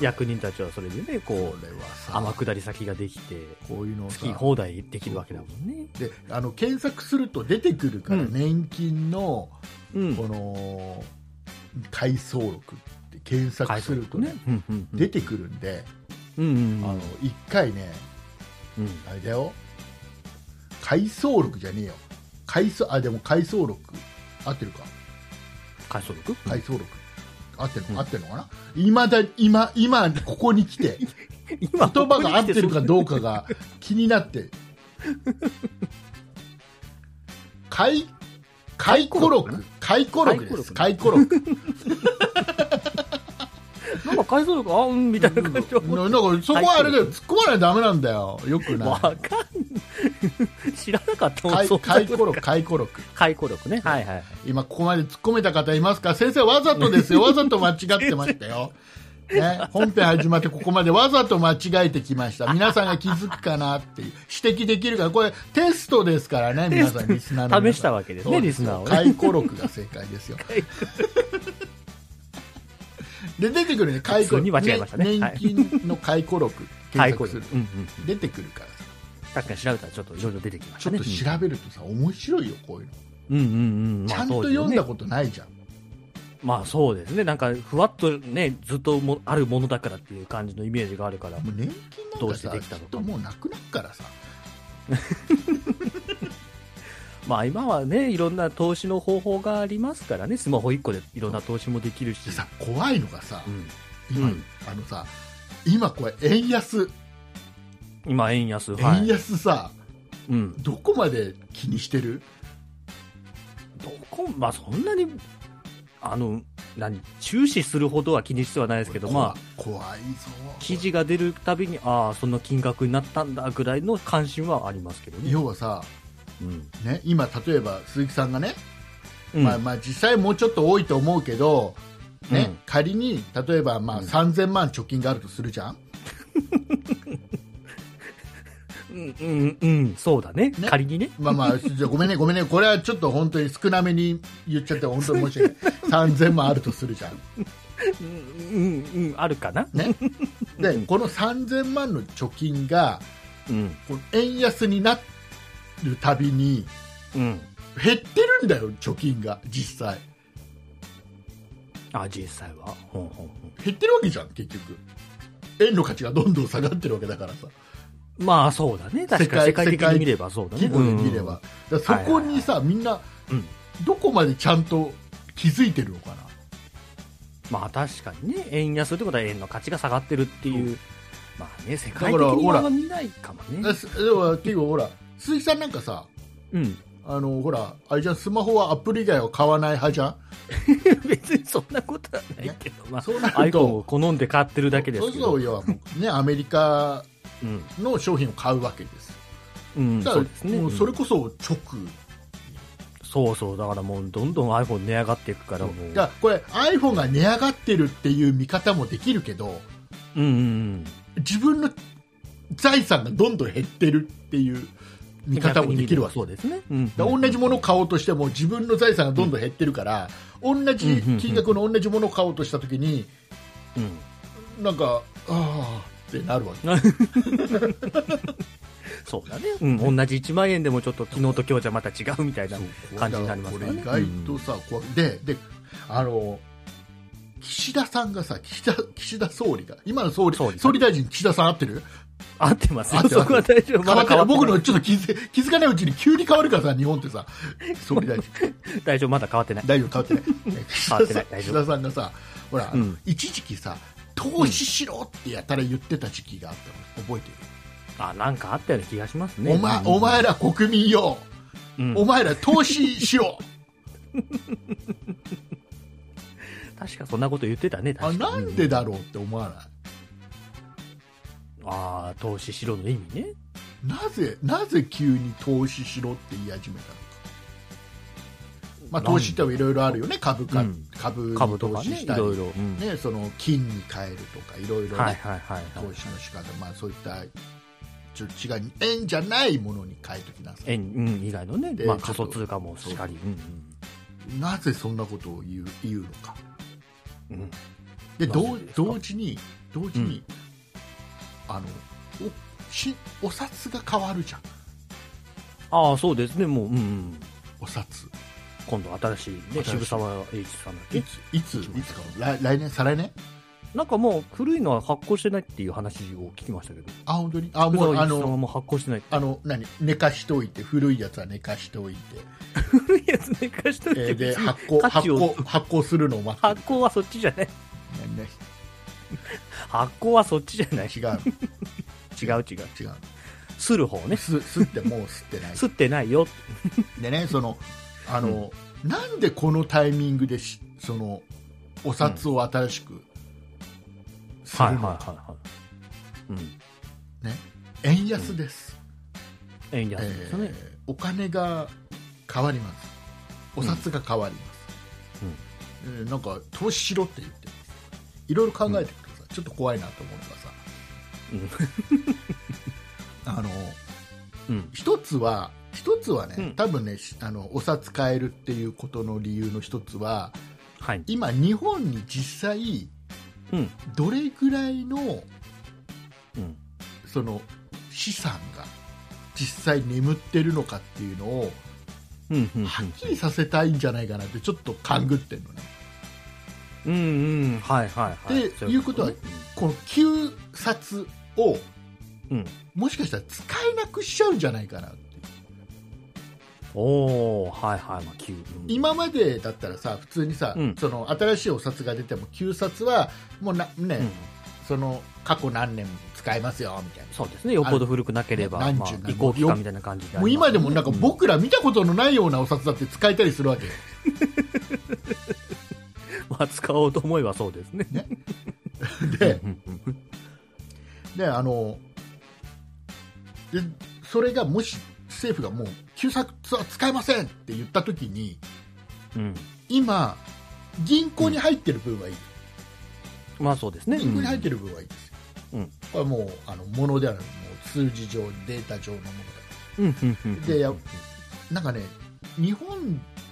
Speaker 3: 役人たちはそれでね、
Speaker 2: こ
Speaker 3: こう、
Speaker 2: れはさ
Speaker 3: 天下り先ができて、
Speaker 2: こういうのを
Speaker 3: 好
Speaker 2: さ
Speaker 3: き放題できるわけだもんね。
Speaker 2: であの検索すると出てくるから、
Speaker 3: うん
Speaker 2: 年金の
Speaker 3: うん。
Speaker 2: この回想録って検索するとね、
Speaker 3: うんうんうん。
Speaker 2: 出てくるんで、
Speaker 3: うんうん
Speaker 2: あの一回ね
Speaker 3: うん。
Speaker 2: あれだよ回想録じゃねえよ回想あでも回想録合ってるか
Speaker 3: 回想録
Speaker 2: 回想録合ってるの、
Speaker 3: うん
Speaker 2: 合ってるのかな今だ今今ここに来て
Speaker 3: <laughs> 今
Speaker 2: 言葉が合ってるかどうかが気になって回回顧録回顧録です回顧録
Speaker 3: なんか回想録、あ <laughs> うん、みたいな感じは
Speaker 2: ななんかそこはあれだよ突っ込まないとダメなんだよよくない
Speaker 3: わかん知らなかったもん、
Speaker 2: 回
Speaker 3: そう
Speaker 2: 回顧録、回顧録。
Speaker 3: 回顧録ね。はいはい。
Speaker 2: 今ここまで突っ込めた方いますか先生わざとですよわざと間違ってましたよ、ね、本編始まってここまでわざと間違えてきました皆さんが気づくかなっていう指摘できるからこれテストですからね皆さんリスナーの皆さん
Speaker 3: 試したわけですね
Speaker 2: そう
Speaker 3: リスナーをね
Speaker 2: 回顧録が正解です
Speaker 3: <laughs>
Speaker 2: よで出てくるね回顧
Speaker 3: 普通に間違えましたね
Speaker 2: ね
Speaker 3: はい
Speaker 2: 年金の回顧録
Speaker 3: 回
Speaker 2: 検
Speaker 3: 顧
Speaker 2: 索する
Speaker 3: 録。うんうん。
Speaker 2: 出てくるからさ
Speaker 3: 確かに調べたらちょっといろいろ出てきまし
Speaker 2: ちょ
Speaker 3: た
Speaker 2: っ
Speaker 3: ね。
Speaker 2: と調べるとさ面白いよこういうの、
Speaker 3: うんうんうん。ま
Speaker 2: ち
Speaker 3: あ
Speaker 2: ゃん
Speaker 3: 当
Speaker 2: と
Speaker 3: 時
Speaker 2: 読
Speaker 3: の
Speaker 2: ん
Speaker 3: ね
Speaker 2: だことないじゃん
Speaker 3: まあそうですね。なんか、ふわっとね、ずっともあるものだからっていう感じのイメージがあるから。
Speaker 2: もう年金なん
Speaker 3: どう
Speaker 2: か
Speaker 3: して
Speaker 2: さ
Speaker 3: でき
Speaker 2: き
Speaker 3: たの
Speaker 2: っ
Speaker 3: か
Speaker 2: ともうなくなるからさ
Speaker 3: まあ今はね、いろんな投資の方法がありますからね。スマホ1個でいろんな投資もできるし
Speaker 2: で。さ怖いのがさ
Speaker 3: うん。
Speaker 2: 今、
Speaker 3: うん
Speaker 2: あのさ今これ円安、
Speaker 3: 今、円安。は
Speaker 2: 円
Speaker 3: い。
Speaker 2: 安さ
Speaker 3: うん。
Speaker 2: どこまで気にしてる
Speaker 3: どこ、まあそんなに、あの、何、注視するほどは気にしてはないですけど、まあ、
Speaker 2: 怖いぞ
Speaker 3: 記事が出るたびに、ああ、その金額になったんだぐらいの関心はありますけどね。
Speaker 2: 要はさ、
Speaker 3: うん。
Speaker 2: ね、今例えば鈴木さんがね、
Speaker 3: うん
Speaker 2: まあ、まあ実際もうちょっと多いと思うけど、ね
Speaker 3: うん
Speaker 2: 仮に例えばまあ
Speaker 3: うん
Speaker 2: 3000万貯金があるとするじゃん、
Speaker 3: うん、うん、うん、そうだね。
Speaker 2: ね
Speaker 3: 仮にね。
Speaker 2: まあま
Speaker 3: <laughs>
Speaker 2: あ、じゃあごめんね、ごめんね、これはちょっと本当に少なめに言っちゃって、本当に申し
Speaker 3: <laughs>
Speaker 2: 訳ない、3000万あるとするじゃん、
Speaker 3: うん、うん、うん、あるかな。
Speaker 2: ね、 <laughs> でこの3000万の貯金が、
Speaker 3: うん。
Speaker 2: この円安になるたびに、
Speaker 3: うん。
Speaker 2: 減ってるんだよ、貯金が、実際、
Speaker 3: あ、実際は。ほんほんほん
Speaker 2: 減ってるわけじゃん、結局、円の価値がどんどん下がってるわけだからさ、
Speaker 3: まあそうだね。確かに
Speaker 2: 世界
Speaker 3: 世界的に見ればそうだね。
Speaker 2: 規模で見れば、だからそこにさ、みんな、
Speaker 3: うん。うん。
Speaker 2: どこまでちゃんと気づいてるのかな。
Speaker 3: まあ確かにね、円安ってことは円の価値が下がってるっていう。まあね、世界
Speaker 2: だ
Speaker 3: 的
Speaker 2: から
Speaker 3: に
Speaker 2: ほら
Speaker 3: は見ないかも
Speaker 2: だ
Speaker 3: ね。
Speaker 2: からでも結構ほら鈴木さんなんかさ
Speaker 3: うん。
Speaker 2: あのほらあれじゃんスマホはアプリ以外は買わない派じゃん
Speaker 3: <laughs> 別にそんなことはないけど、まあ、
Speaker 2: そうな
Speaker 3: iPhone を好んで買ってるだけです
Speaker 2: そう
Speaker 3: け
Speaker 2: そ
Speaker 3: ど
Speaker 2: う、要はもうねアメリカ
Speaker 3: うん、
Speaker 2: の商品を買うわけです
Speaker 3: うん、
Speaker 2: だ
Speaker 3: そ
Speaker 2: か
Speaker 3: うです
Speaker 2: ら
Speaker 3: ね、
Speaker 2: もうそれ
Speaker 3: うん
Speaker 2: こそ直
Speaker 3: そうそう、だからもうどんどん iPhone 値上がっていくから、もう、
Speaker 2: だからこれ iPhone が値上がってるっていう見方もできるけど
Speaker 3: うんうん
Speaker 2: 自分の財産がどんどん減ってるっていう
Speaker 3: うん、
Speaker 2: 見方もできるわけ
Speaker 3: そうですね、うん、
Speaker 2: だから同じものを買おうとしても自分の財産がどんどん減ってるから、同じ金額の同じものを買おうとしたときに、
Speaker 3: うん、
Speaker 2: なんか、あーってなるわけ。
Speaker 3: そうだね、うん、同じ1万円でもちょっと昨日と今日じゃまた違うみたいな
Speaker 2: そう、
Speaker 3: 感じになりますからね
Speaker 2: だからこれ意外とさ、怖いでであの岸田さんがさ岸田岸田総理が今の総理
Speaker 3: 総
Speaker 2: 総
Speaker 3: 理
Speaker 2: 理
Speaker 3: ね
Speaker 2: 大臣岸田さん合ってる
Speaker 3: 合ってますよ
Speaker 2: 合ってます
Speaker 3: そこは大丈夫、まだ
Speaker 2: 変
Speaker 3: 変
Speaker 2: わっない
Speaker 3: わってて
Speaker 2: 僕
Speaker 3: ない、
Speaker 2: のちょっと気づ気づかないうちに急に変わるからさ日本ってさ総理大臣
Speaker 3: <laughs> 大丈夫、まだ変わってない、
Speaker 2: 大丈夫変わってない岸
Speaker 3: 変
Speaker 2: 田
Speaker 3: わって
Speaker 2: さ
Speaker 3: なんい大丈
Speaker 2: 岸
Speaker 3: 夫
Speaker 2: 田さんがさほら、あの
Speaker 3: うん
Speaker 2: 一時期さ投資しろってやたら言ってた時期があったの覚えて
Speaker 3: あなんかあったような気がします
Speaker 2: る、
Speaker 3: ね、
Speaker 2: お前
Speaker 3: うん
Speaker 2: お、前ら国民よ
Speaker 3: うん
Speaker 2: お前ら投資しろ
Speaker 3: 確かそんなこと言ってたね、
Speaker 2: あ
Speaker 3: <laughs> 確かに
Speaker 2: なんでだろうって思わない
Speaker 3: ああ、投資しろの意味ね。
Speaker 2: なぜなぜ急に投資しろって言い始めたのか、まあ、
Speaker 3: なん
Speaker 2: 投
Speaker 3: で
Speaker 2: 資っていろいろあるよね株価、
Speaker 3: うん
Speaker 2: 株に
Speaker 3: 株と
Speaker 2: 投
Speaker 3: か
Speaker 2: 資
Speaker 3: ね、
Speaker 2: し
Speaker 3: い
Speaker 2: たり
Speaker 3: ろいろ。うん
Speaker 2: ね、その金に変えるとかいろいろね
Speaker 3: はいはいはいはい。
Speaker 2: 投資の仕方、まあ、そういったちょっと違う円じゃないものに変えときなさい
Speaker 3: 円、うん、以外のね
Speaker 2: で、
Speaker 3: まあ、
Speaker 2: ちょ
Speaker 3: 仮
Speaker 2: っと
Speaker 3: 想通貨もしっかり。うん
Speaker 2: なぜそんなことを言う言うのか
Speaker 3: うんうん
Speaker 2: で
Speaker 3: なぜ
Speaker 2: 同
Speaker 3: ですか
Speaker 2: 同時に同時に、あのおしお札が変わるじゃん
Speaker 3: ああ、そうですね、もう、うんうん。
Speaker 2: お札
Speaker 3: 今度新しい
Speaker 2: 新
Speaker 3: ね、
Speaker 2: しい
Speaker 3: 渋沢栄一さんだっ
Speaker 2: い
Speaker 3: け
Speaker 2: ついついつ変わる来来年再来年
Speaker 3: なんかもう、古いのは発行してないっていう話を聞きましたけど、
Speaker 2: あ本当にあも
Speaker 3: 渋沢
Speaker 2: う
Speaker 3: 栄
Speaker 2: あ
Speaker 3: 一さん
Speaker 2: の
Speaker 3: はもう発行してない。
Speaker 2: あの何寝かしておいて古いやつは寝かしておいて、
Speaker 3: 古いやつ寝かしとい
Speaker 2: え
Speaker 3: て
Speaker 2: ー、で
Speaker 3: <laughs> 別に
Speaker 2: 発行
Speaker 3: 価
Speaker 2: 発
Speaker 3: 値を
Speaker 2: 行発行するのを待って
Speaker 3: 発行はそっちじゃない。
Speaker 2: る、ねね
Speaker 3: 発行はそっちじゃない。
Speaker 2: 違う
Speaker 3: 違う違う。
Speaker 2: 違う
Speaker 3: する方ね。
Speaker 2: す吸ってもう吸ってない
Speaker 3: 吸ってないよ。
Speaker 2: でねそのあの、なんでこのタイミングでしそのお札を新しくする
Speaker 3: はい
Speaker 2: の
Speaker 3: はい
Speaker 2: か、
Speaker 3: はいはい。うん。
Speaker 2: 円安です、
Speaker 3: 円安いですよね、
Speaker 2: えーお金が変わりますお札が変わります、えーなんか投資しろって言ってますいろいろ考えてください、ちょっと怖いなと思うのがさあの
Speaker 3: うんうん
Speaker 2: 一つは一つはね、
Speaker 3: うん
Speaker 2: 多分ねしあのお札変えるっていうことの理由の一つは
Speaker 3: はい
Speaker 2: 今日本に実際
Speaker 3: うん
Speaker 2: どれくらいの
Speaker 3: うん
Speaker 2: その資産が実際眠ってるのかっていうのを
Speaker 3: うんうん
Speaker 2: はっきりさせたいんじゃないかなってちょっと勘ぐってるのね
Speaker 3: うんうんはいはいはい
Speaker 2: っていうことはこの旧札を
Speaker 3: うん
Speaker 2: もしかしたら使えなくしちゃうんじゃないかなって
Speaker 3: おおはいはいまあ急、うん
Speaker 2: 今までだったらさ普通にさ、
Speaker 3: うん
Speaker 2: その新しいお札が出ても旧札はもうな、ね
Speaker 3: うん
Speaker 2: その過去何年も使えますよみたい
Speaker 3: そうですねよっぽど古くなければ
Speaker 2: あの
Speaker 3: まあ
Speaker 2: 何十年も
Speaker 3: 移行期間みたいな感じで
Speaker 2: なもう今でもなんか
Speaker 3: うん
Speaker 2: 僕ら見たことのないようなお札だって使えたりする
Speaker 3: <laughs>
Speaker 2: わけよ
Speaker 3: まあ使おうと思えばそうですね
Speaker 2: で
Speaker 3: うんうんうん
Speaker 2: であのでそれがもし政府がもう旧札は使えませんって言った時に
Speaker 3: うん
Speaker 2: 今銀行に入ってる分はいい、
Speaker 3: まあそうですね
Speaker 2: リンクに入ってる
Speaker 3: る
Speaker 2: 分はいいですよ、
Speaker 3: うん
Speaker 2: これはもうあの物ではなくもう数字上データ上のもの
Speaker 3: うんうんうんうん
Speaker 2: でやだなんかね日本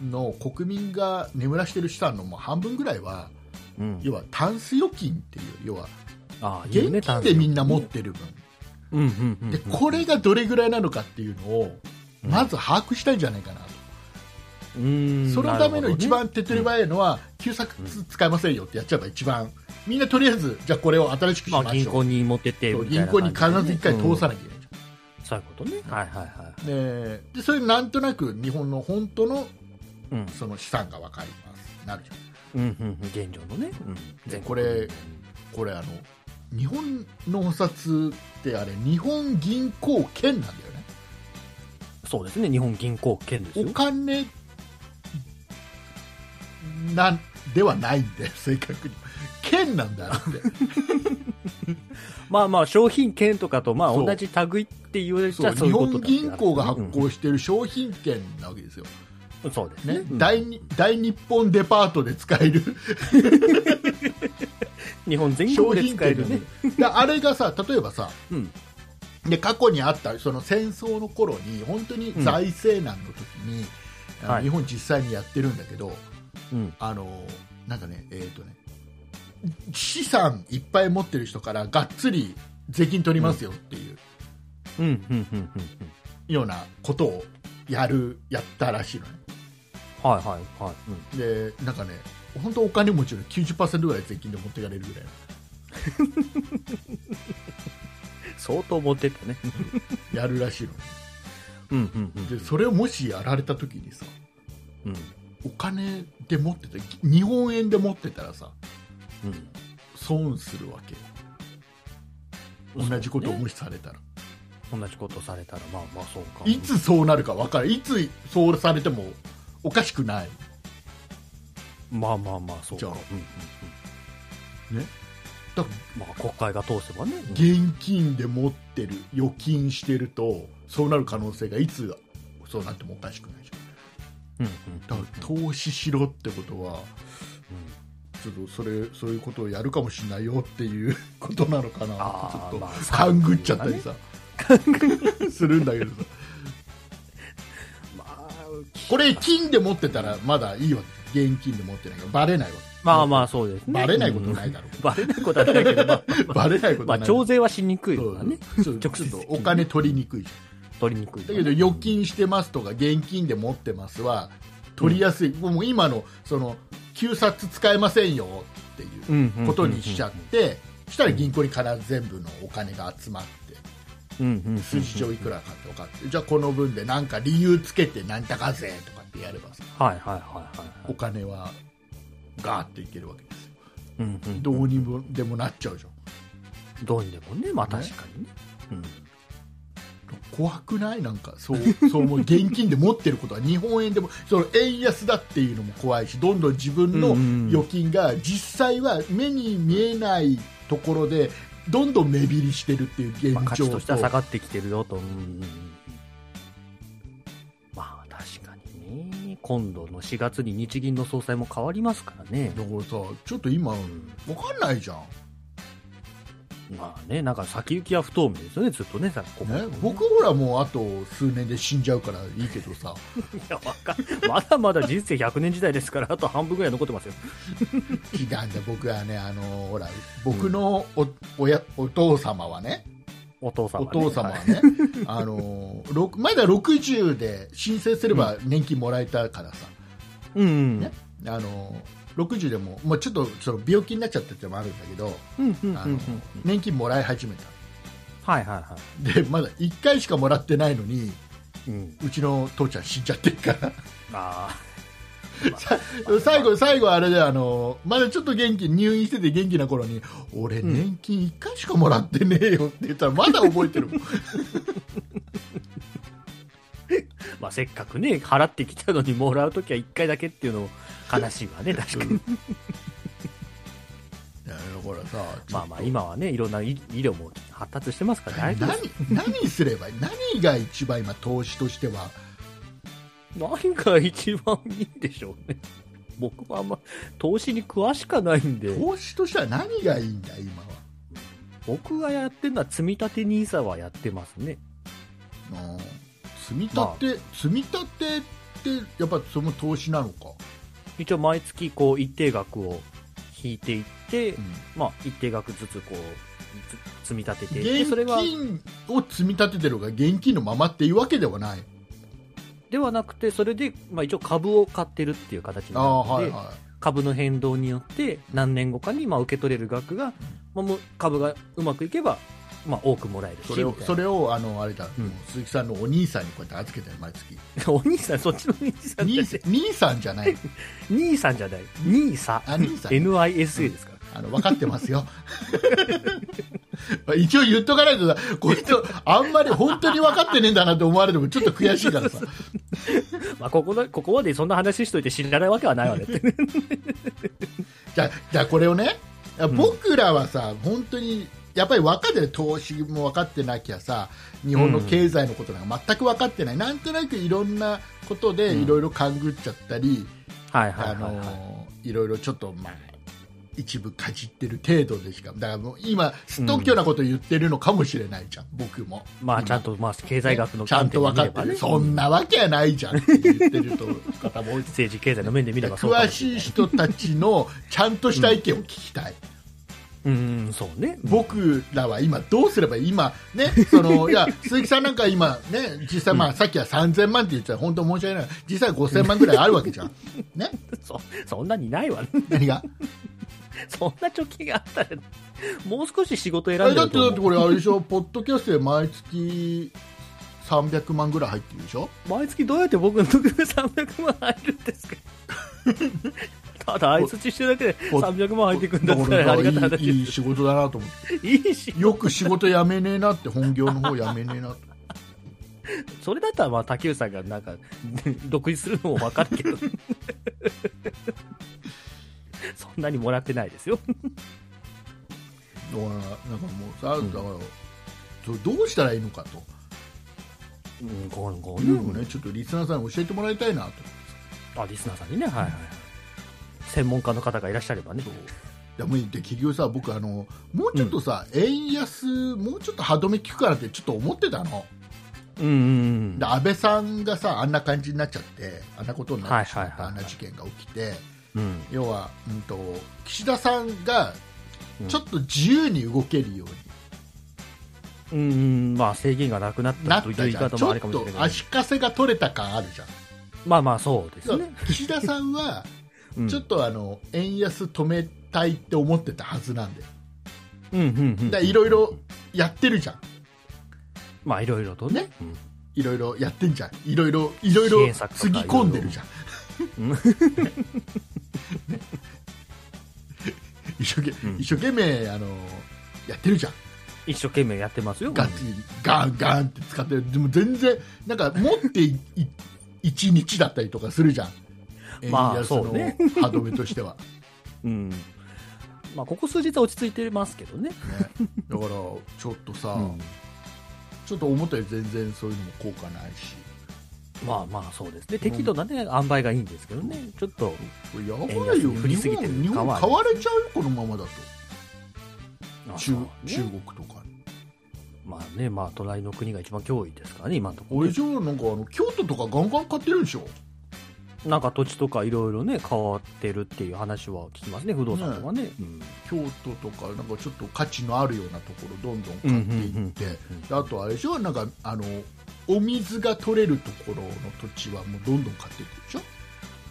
Speaker 2: の国民が眠らしてる資産のもう半分ぐらいは
Speaker 3: うん
Speaker 2: 要はタンス預金っていう要は
Speaker 3: ああいいよ
Speaker 2: 現
Speaker 3: ね
Speaker 2: 金でみんな持っ
Speaker 3: 単
Speaker 2: てる分
Speaker 3: 純にうんうんうん
Speaker 2: でこれがどれぐらいなのかっていうのを
Speaker 3: うん
Speaker 2: まず把握したいんじゃないかなと、
Speaker 3: うん
Speaker 2: そのための一
Speaker 3: なる
Speaker 2: 番手っ取り早いのは旧作使えませんよってやっちゃえば一番みんなとりあえずじゃあこれを新しくしま
Speaker 3: ほどねまあ
Speaker 2: し
Speaker 3: 銀
Speaker 2: ょう
Speaker 3: 行に持ってって
Speaker 2: そう
Speaker 3: みたい
Speaker 2: 銀
Speaker 3: な
Speaker 2: 行に必
Speaker 3: 感じでね
Speaker 2: ず一回通さ
Speaker 3: うん
Speaker 2: なきゃいけないじゃん
Speaker 3: そういうことねはいはいはい
Speaker 2: ででそれなんとなく日本の本当の
Speaker 3: うん
Speaker 2: その資産が分かりますなるじゃ
Speaker 3: うんうんうん現状のねうん全国
Speaker 2: これんこれあの日本のお札ってあれ日本銀行券なんだよね
Speaker 3: そうですね日本銀行券ですよ
Speaker 2: お金なんで <laughs> はないんだよ正確に券なんだ
Speaker 3: <laughs>
Speaker 2: って
Speaker 3: まあまあ商品券とかとまあ
Speaker 2: そう
Speaker 3: 同じ類って言われち
Speaker 2: そう
Speaker 3: ゃそうい
Speaker 2: 日
Speaker 3: うこと
Speaker 2: 本
Speaker 3: だってある
Speaker 2: 銀行が発行してる商品券なわけですよ、
Speaker 3: うんそうですね
Speaker 2: ね
Speaker 3: うん
Speaker 2: 大に大日本デパートで使える
Speaker 3: 日本全
Speaker 2: 商
Speaker 3: 国で
Speaker 2: 品
Speaker 3: 使え
Speaker 2: 券な
Speaker 3: る
Speaker 2: の
Speaker 3: ね
Speaker 2: であれがさ例えばさ
Speaker 3: うん
Speaker 2: で過去にあったその戦争の頃に本当に財政難の時に、あの
Speaker 3: はい
Speaker 2: 日本実際にやってるんだけど
Speaker 3: うん
Speaker 2: あのなんかねえっ、とね資産いっぱい持ってる人からがっつり税金取りますよっていう
Speaker 3: うんうんうんうんうん
Speaker 2: ようなことをやるやったらしいのね
Speaker 3: はいはいはいうん
Speaker 2: でなんかね本当お金持ちの90%ぐらい税金で持っていかれるぐらい
Speaker 3: 相当持ってったね
Speaker 2: やるらしいのね
Speaker 3: うんうんうん
Speaker 2: でそれをもしやられた時にさ
Speaker 3: うん
Speaker 2: お金で持ってた日本円で持ってたらさ
Speaker 3: うん
Speaker 2: 損するわけよ同じことを無視されたら、
Speaker 3: 同じことされたらまあまあそうか
Speaker 2: いつそうなるか分からないいつそうされてもおかしくない、
Speaker 3: まあまあまあそう
Speaker 2: じゃ
Speaker 3: か
Speaker 2: あ
Speaker 3: うんうんうん
Speaker 2: ね、だか
Speaker 3: まあ国会が通せばね
Speaker 2: ら現金で持ってる預金してるとそうなる可能性がいつそうなってもおかしくないじ
Speaker 3: うんう
Speaker 2: ゃ
Speaker 3: ん
Speaker 2: んだから投資しろってことは
Speaker 3: うん
Speaker 2: ちょっとそれそういうことをやるかもしれないよっていうことなのかな
Speaker 3: あ
Speaker 2: ち
Speaker 3: ー
Speaker 2: ょっと
Speaker 3: まあ
Speaker 2: 勘ぐっちゃったりさ、するんだけどさ
Speaker 3: <laughs> まあ
Speaker 2: これ金で持ってたらまだいいわけ現金で持ってないからバレないわけ
Speaker 3: まあまあそうですね
Speaker 2: バレないことないだろう
Speaker 3: うん <laughs> バレないことはないけどまあ
Speaker 2: バレないこと
Speaker 3: ま
Speaker 2: は
Speaker 3: あ
Speaker 2: ない
Speaker 3: 徴税はしにくい
Speaker 2: そ
Speaker 3: か
Speaker 2: う
Speaker 3: らね
Speaker 2: ちょっと
Speaker 3: 直接
Speaker 2: ちょっとお金取りにくいじ
Speaker 3: 取りにくい
Speaker 2: ゃんだけど預金してますとか現金で持ってますは取りやすい、もう今のその旧札使えませんよっていうことにしちゃってしたら銀行に必ず全部のお金が集まって
Speaker 3: て
Speaker 2: 数字上いくらかとかってじゃあこの分でなんか理由つけてなんだかぜとかってやればさ
Speaker 3: はいはいはいはいは
Speaker 2: お
Speaker 3: い
Speaker 2: 金はガーっていけるわけですよ
Speaker 3: うんうん
Speaker 2: どうにもでもなっちゃうじゃん
Speaker 3: どうにでもねまあ確かにねうん
Speaker 2: 怖くないなんかそうそう思う現金で持ってることは日本円でもその円安だっていうのも怖いしどんどん自分の
Speaker 3: うんうん
Speaker 2: 預金が実際は目に見えないところでどんどん目減りしてるっていう現
Speaker 3: まあ価
Speaker 2: 状
Speaker 3: 値としては下がってきてるよとうんうんうんまあ確かにね今度の4月に日銀の総裁も変わりますからね
Speaker 2: だからさちょっと今わかんないじゃん、
Speaker 3: まあねなんか先行きは不透明ですよねずっとねさここ
Speaker 2: ね、僕ほらもうあと数年で死んじゃうからいいけどさ
Speaker 3: <laughs> いやわかんまだまだ人生100年時代ですからあと半分ぐらい残ってますよ
Speaker 2: 聞いたんだ僕はねあのほら僕のおおやお父様はね
Speaker 3: お父さん
Speaker 2: お
Speaker 3: はね
Speaker 2: 父様
Speaker 3: はい
Speaker 2: はね、 <laughs> あのろくまだ60で申請すれば年金もらえたからさ、
Speaker 3: うんうん、
Speaker 2: ねあの60でも、まあ、ちょっとその病気になっちゃったってのもあるんだけど、
Speaker 3: うんうんうんうん
Speaker 2: あの年金もらい始めた
Speaker 3: はいはい
Speaker 2: で
Speaker 3: は
Speaker 2: まだ1回しかもらってないのに
Speaker 3: い、うん、
Speaker 2: うちの父ちゃん死んじゃってるから
Speaker 3: ああ
Speaker 2: 最後最後あれであのまだちょっと元気入院してて元気な頃に俺
Speaker 3: ん
Speaker 2: 年金1回しかもらってねえよって言ったらまだ覚えてる
Speaker 3: <laughs>
Speaker 2: もん
Speaker 3: まあ、せっかくね、払ってきたのにもらうときは1回だけっていうのも悲しいわね、確かに。
Speaker 2: いやだからさちょ
Speaker 3: ま
Speaker 2: っ
Speaker 3: あ
Speaker 2: と
Speaker 3: まあ、今はね、いろんな医医療も発達してますから大丈夫です。
Speaker 2: 何何すればいい何が一番今投資としては
Speaker 3: <laughs> 何が一番いいんでしょうね。 <laughs> 僕はあんま投資に詳しかないんで、
Speaker 2: 投資としては何がいいんだ今は
Speaker 3: 僕がやってるのは積み立て NISA はやってますね。
Speaker 2: うん積み立て、積み立てってやっぱその投資なのか、
Speaker 3: 一応毎月こう一定額を引いていって、
Speaker 2: うん
Speaker 3: まあ一定額ずつこうつ積み立てていって、
Speaker 2: 現
Speaker 3: それが
Speaker 2: 金を積み立ててるが現金のままっていうわけではない
Speaker 3: ではなくて、それで、まあ一応株を買ってるっていう形に
Speaker 2: あ
Speaker 3: な
Speaker 2: あ
Speaker 3: るので、
Speaker 2: はいは
Speaker 3: 株の変動によって何年後かにまあ受け取れる額が、まあ、もう株がうまくいけば、まあ、多くもらえる
Speaker 2: い
Speaker 3: し
Speaker 2: それ
Speaker 3: み
Speaker 2: を
Speaker 3: たいな
Speaker 2: それをあのあれだ、
Speaker 3: うん
Speaker 2: 鈴木さんのお兄さんにこうやって預けてる毎月
Speaker 3: <laughs> お兄さんそっちの兄さん
Speaker 2: 兄
Speaker 3: じゃな
Speaker 2: さん
Speaker 3: い
Speaker 2: 兄さんじゃ
Speaker 3: <laughs>
Speaker 2: ない
Speaker 3: 兄さんじゃない兄さ
Speaker 2: あ兄さん
Speaker 3: NISA ですから、
Speaker 2: あの分かってますよ <laughs> 一応言っとかないとさこいつあんまり本当に分かってねえんだなって思われてもちょっと悔しいからさ
Speaker 3: まあ、ここだここまでそんな話しといて知らないわけはないわねって
Speaker 2: じゃあじゃあこれをね
Speaker 3: ん
Speaker 2: 僕らはさ、本当にやっぱり分かってる投資も分かってなきゃさ日本の経済のことなんか全く分かってない、なんとなくいろんなことで
Speaker 3: うん
Speaker 2: いろいろ勘ぐっちゃったり、
Speaker 3: <laughs> はいは
Speaker 2: あ
Speaker 3: いはい、はい
Speaker 2: のいろいろちょっとまあ一部かじってる程度でしかだからもう今すっとんきょなこと言ってるのかもしれないじゃん、僕も
Speaker 3: まあちゃんとまあ経済学の
Speaker 2: ちゃん
Speaker 3: 観
Speaker 2: と分
Speaker 3: 点で見
Speaker 2: か
Speaker 3: れ
Speaker 2: って
Speaker 3: ば
Speaker 2: る、
Speaker 3: ね
Speaker 2: そんなわけはないじゃんって言ってると方も多い
Speaker 3: 政治経済の面で見ればそうかも
Speaker 2: 詳
Speaker 3: しれ
Speaker 2: し
Speaker 3: ないい
Speaker 2: 人たちのちゃんとした意見を聞きたい、
Speaker 3: うんうんそうね <laughs>
Speaker 2: 僕らは今どうすればいい今、ね、そのいや鈴木さんなんか今、ね、実際、まあさっきは3000万って言ってたら本当申し訳ない実際5000万ぐらいあるわけじゃん、ね、
Speaker 3: そそんなにないわね <laughs>
Speaker 2: 何が
Speaker 3: そんな貯金があったら <laughs> もう少し仕事選
Speaker 2: あれ
Speaker 3: んで
Speaker 2: だ
Speaker 3: る
Speaker 2: って
Speaker 3: と
Speaker 2: だ
Speaker 3: 思う
Speaker 2: ってこれあれでしょポッドキャストで毎月300万ぐらい入ってるでしょ
Speaker 3: 毎月どうやって僕の特別300万入るんです <laughs> かただ相づちしてるだけで
Speaker 2: お
Speaker 3: 300万入ってくんだ
Speaker 2: だ
Speaker 3: っ
Speaker 2: か
Speaker 3: たらあ
Speaker 2: ら
Speaker 3: りがたい
Speaker 2: いい
Speaker 3: 話
Speaker 2: いい仕事だなと思っ
Speaker 3: いいして
Speaker 2: よく仕事辞めねえなって本業の方辞めねえなと
Speaker 3: それだったらまあ竹内さんがなんか <laughs> 独立するのも分かるけどそんなにもらってないですよ
Speaker 2: だからなんかもうさ、
Speaker 3: ん
Speaker 2: だからそうどうしたらいいのか
Speaker 3: うんごめんご
Speaker 2: と
Speaker 3: め
Speaker 2: いうんのをね、ちょっとリスナーさんに教えてもらいたいなと
Speaker 3: あリスナーさんにねはいはいはい専門家の方がいらっしゃればね
Speaker 2: いやもうで結局さ僕あのもうちょっとさ、円安もうちょっと歯止め効くかなってちょっと思ってたの、
Speaker 3: うんうんうん
Speaker 2: で安倍さんがさあんな感じになっちゃってあんなことになってしまった、
Speaker 3: はいはいは
Speaker 2: あ
Speaker 3: いはい
Speaker 2: んな事件が起きて
Speaker 3: うん
Speaker 2: 要は、うん、と岸田さんが
Speaker 3: うん
Speaker 2: ちょっと自由に動けるように、
Speaker 3: うんうんまあ制限がなくなっ
Speaker 2: な
Speaker 3: た
Speaker 2: っ
Speaker 3: という
Speaker 2: た
Speaker 3: 言い
Speaker 2: じゃんち
Speaker 3: 方も
Speaker 2: ょ
Speaker 3: あ
Speaker 2: っ
Speaker 3: るかもしれ
Speaker 2: と
Speaker 3: ないけど
Speaker 2: 足かせが取れた感あるじゃん
Speaker 3: まあまあそうです
Speaker 2: そう
Speaker 3: ね、
Speaker 2: 岸田さんは
Speaker 3: うん、
Speaker 2: ちょっとあの円安止めたいって思ってたはずなんで、
Speaker 3: うんうんうん
Speaker 2: だいろいろやってるじゃん、
Speaker 3: まあいろいろとね
Speaker 2: ね
Speaker 3: うん
Speaker 2: いろいろやってんじゃん、いろいろいろい
Speaker 3: 支
Speaker 2: ろ
Speaker 3: 援策とか
Speaker 2: つぎ込んでるじゃん。
Speaker 3: うん
Speaker 2: <laughs> 一生懸
Speaker 3: うん
Speaker 2: 一生懸命あのやってるじゃん、
Speaker 3: 一生懸命やってますよ
Speaker 2: ガッツリガンガンって使ってる、でも全然、なんか持っていい一日だったりとかするじゃん、円
Speaker 3: まあ
Speaker 2: 安
Speaker 3: そ
Speaker 2: の
Speaker 3: うね
Speaker 2: 歯止めとしては。
Speaker 3: うんまあここ数日は落ち着いてますけどね
Speaker 2: ね、だから、ちょっとさ、
Speaker 3: うん
Speaker 2: ちょっと思ったより全然そういうのも効果ないし、
Speaker 3: まあまあそうですで適度なね塩梅がいいんですけどねちょっと
Speaker 2: これやばいよ
Speaker 3: 円安に振りすぎてる
Speaker 2: 日本日本買われちゃうよこのままだと
Speaker 3: あ
Speaker 2: 中,、
Speaker 3: そうね
Speaker 2: 中国とか
Speaker 3: まあねまあ隣の国が一番脅威ですからね今のところ
Speaker 2: 俺
Speaker 3: ね
Speaker 2: じゃあなんかあの京都とかガンガン買ってるでしょ
Speaker 3: なんか土地とかいろいろね変わってるっていう話は聞きますね不動産とかねうん
Speaker 2: 京都とかなんかちょっと価値のあるようなところどんどん買っていって、
Speaker 3: うんうんうんうん
Speaker 2: であとあれでしょなんかあのお水が取れるところの土地はもうどんどん買っていくでしょ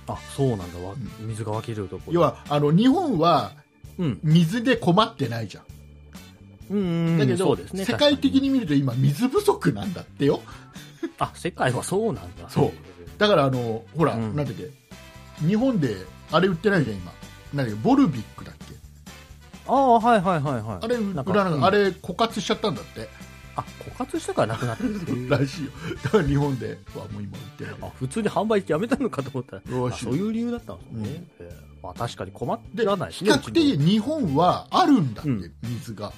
Speaker 3: あそうなんだわ
Speaker 2: う
Speaker 3: 水が湧き出るところ
Speaker 2: 要はあの日本は
Speaker 3: うん
Speaker 2: 水で困ってないじゃん
Speaker 3: うんうんうん
Speaker 2: だけど、
Speaker 3: そうですね
Speaker 2: 世界的
Speaker 3: 確か
Speaker 2: に見ると今水不足なんだってよ
Speaker 3: あ世界はそうなんだ
Speaker 2: そうだからあのほら、
Speaker 3: うん
Speaker 2: なんだっけ日本であれ売ってないじゃん今なんだっけボルビックだっけ
Speaker 3: ああはいはいはいはい
Speaker 2: あれ売ら
Speaker 3: んか
Speaker 2: なかっ
Speaker 3: う
Speaker 2: た
Speaker 3: ん
Speaker 2: あれ枯渇しちゃったんだって
Speaker 3: あ枯渇したからなくなったって
Speaker 2: <laughs>
Speaker 3: いう
Speaker 2: らしいよだから日本ではもう今売ってない
Speaker 3: あ普通に販売やめたのかと思ったら
Speaker 2: ら
Speaker 3: あ
Speaker 2: しい
Speaker 3: そういう理由だったんですね、ええまあ、確かに困って
Speaker 2: で
Speaker 3: らないし
Speaker 2: 比
Speaker 3: ね
Speaker 2: 較的
Speaker 3: うちも
Speaker 2: 日本はあるんだって、
Speaker 3: うん
Speaker 2: 水が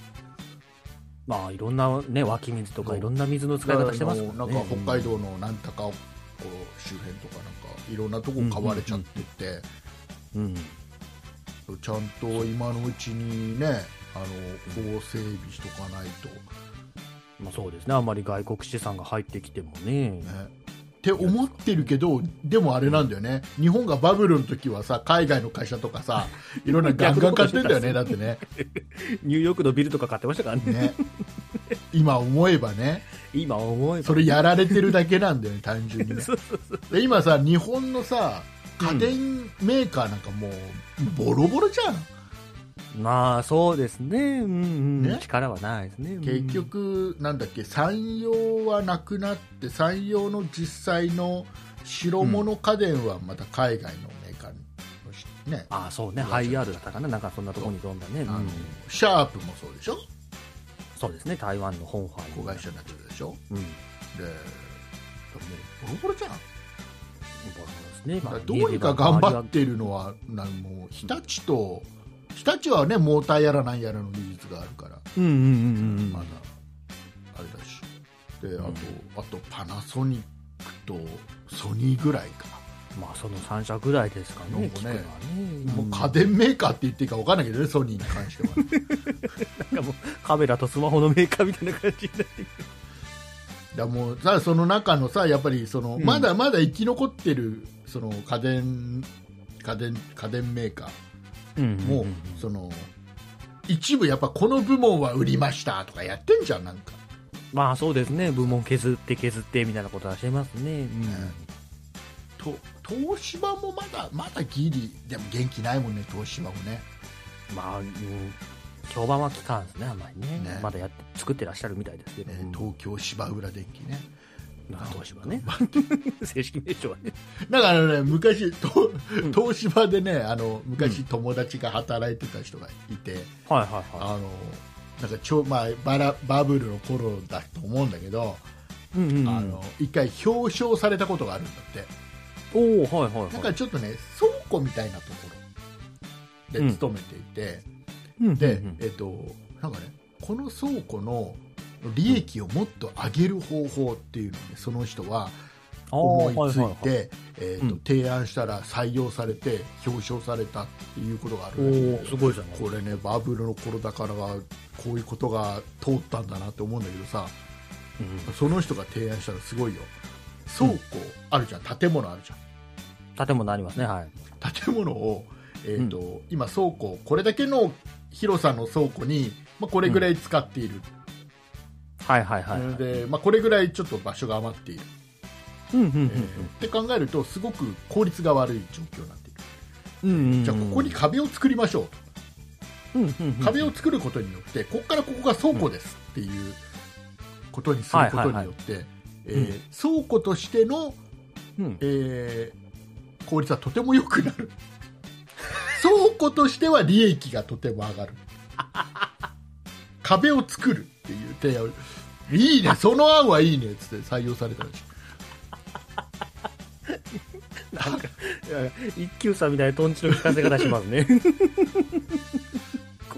Speaker 3: まあいろんなね湧き水と
Speaker 2: そ
Speaker 3: か
Speaker 2: う
Speaker 3: いろんな水の使い方してます
Speaker 2: だ
Speaker 3: か
Speaker 2: からあ
Speaker 3: ら、ね、
Speaker 2: のなんか北海道のなんたかを周辺とかなんかいろんなとこ買われちゃってて、
Speaker 3: うん、うん
Speaker 2: ちゃんと今のうちにねあの法整備しとかないと
Speaker 3: まあ、そうですねあんまり外国資産が入ってきてもね
Speaker 2: ねって思ってるけどでもあれなんだよね日本がバブルの時はさ海外の会社とか
Speaker 3: <laughs>
Speaker 2: さいろんなガンガン買ってんだよねだってね
Speaker 3: ニューヨークのビルとか買ってましたからね
Speaker 2: ね今思えばね
Speaker 3: 今思えば
Speaker 2: それやられてるだけなん
Speaker 3: <laughs>
Speaker 2: だよね単純にね
Speaker 3: そうそうそう
Speaker 2: で今さ日本のさ家電メーカーなんかもうボロボロじゃん、
Speaker 3: まあそうですね,、うんうん、
Speaker 2: ね
Speaker 3: 力はないですねうん
Speaker 2: 結局なんだっけ山陽はなくなって山陽の実際の白物家電はまた海外のメーカーのしね、
Speaker 3: ああそうねハイアールだったかななんかそんなところにどんだね、う
Speaker 2: あの
Speaker 3: ん、
Speaker 2: シャープもそうでしょ
Speaker 3: そうですね台湾の本派
Speaker 2: 子会社になってるでしょ
Speaker 3: うん
Speaker 2: でもうボロボロじゃん、
Speaker 3: そうですね、まあ
Speaker 2: だからどうにか頑張ってるのはなんもう日立と日立はねモーターやらなんやらの技術があるから
Speaker 3: うんうんうんうん
Speaker 2: まだあれだしであと、あとパナソニックとソニーぐらいか、
Speaker 3: まあその3社ぐらいですかね
Speaker 2: なん
Speaker 3: 聞
Speaker 2: か
Speaker 3: くのは
Speaker 2: ね
Speaker 3: ね
Speaker 2: も
Speaker 3: う
Speaker 2: うん家電メーカーって言っていいか分かんないけどねソニーに関
Speaker 3: <laughs>
Speaker 2: しては、ね、
Speaker 3: なんかもうカメラとスマホのメーカーみたいな感じになってくる
Speaker 2: だもうさその中のさやっぱりその、
Speaker 3: うん
Speaker 2: まだまだ生き残ってるその家電家電家電メーカ
Speaker 3: うん
Speaker 2: ーも、その一部やっぱこの部門は売りましたとかやってんじゃんなんか
Speaker 3: まあそうですね部門削って削ってみたいなことはしてますね、うん
Speaker 2: と東芝もまだまだギリでも元気ないもんね東芝もね
Speaker 3: まあ、うん、評判は聞かんですねあんまりね
Speaker 2: ね
Speaker 3: まだやって作ってらっしゃるみたいですけど、
Speaker 2: ね
Speaker 3: うん
Speaker 2: 東京芝浦電機ね
Speaker 3: まあ東芝ね <laughs> 正式名称はね
Speaker 2: だからね昔と東芝でねあの昔友達が働いてた人がいて、
Speaker 3: <laughs> はいはいは
Speaker 2: あのなんかちょ、まあ、バラバブルの頃だと思うんだけど、
Speaker 3: いうんうんうん
Speaker 2: あの一回表彰されたことがあるんだって
Speaker 3: おおはいはいはい
Speaker 2: なんかちょっとね倉庫みたいなところ
Speaker 3: う
Speaker 2: で
Speaker 3: ん
Speaker 2: 勤めていて、
Speaker 3: うんうんうん
Speaker 2: で、えっとなんかねこの倉庫の利益をもっと上げる方法っていうのをねその人は
Speaker 3: あー
Speaker 2: 思いつ
Speaker 3: はいはは
Speaker 2: てえーと
Speaker 3: うん
Speaker 2: 提案したら採用されて表彰されたっていうことがあるんだけど
Speaker 3: おおすごいじゃない
Speaker 2: これねバブルの頃だからはこういうことが通ったんだなって思うんだけどさ
Speaker 3: うん
Speaker 2: その人が提案したらすごいよ倉庫あるじゃん建物あるじ
Speaker 3: 建物ありますねはい
Speaker 2: ゃん建物を、えーと今倉庫これだけの広さの倉庫に、まあ、これぐらい使っている、
Speaker 3: はいはいはいはい
Speaker 2: でまあ、これぐらいちょっと場所が余っている、
Speaker 3: うんうんうんうん
Speaker 2: えーって考えるとすごく効率が悪い状況になっている、
Speaker 3: うんうんうん
Speaker 2: じゃあここに壁を作りましょうと
Speaker 3: うんうんうん
Speaker 2: 壁を作ることによって、ここからここが倉庫ですっていうことにすることによって、えー
Speaker 3: うん
Speaker 2: 倉庫としての、
Speaker 3: うん
Speaker 2: えー効率はとても良くな
Speaker 3: <laughs>
Speaker 2: る倉庫としては利益がとても上がる壁を作るっていう提案いいねその案はいいねっつって採用されたらしい
Speaker 3: なんか、いや一休さんみたいなトンチの聞かせ方しますね。こ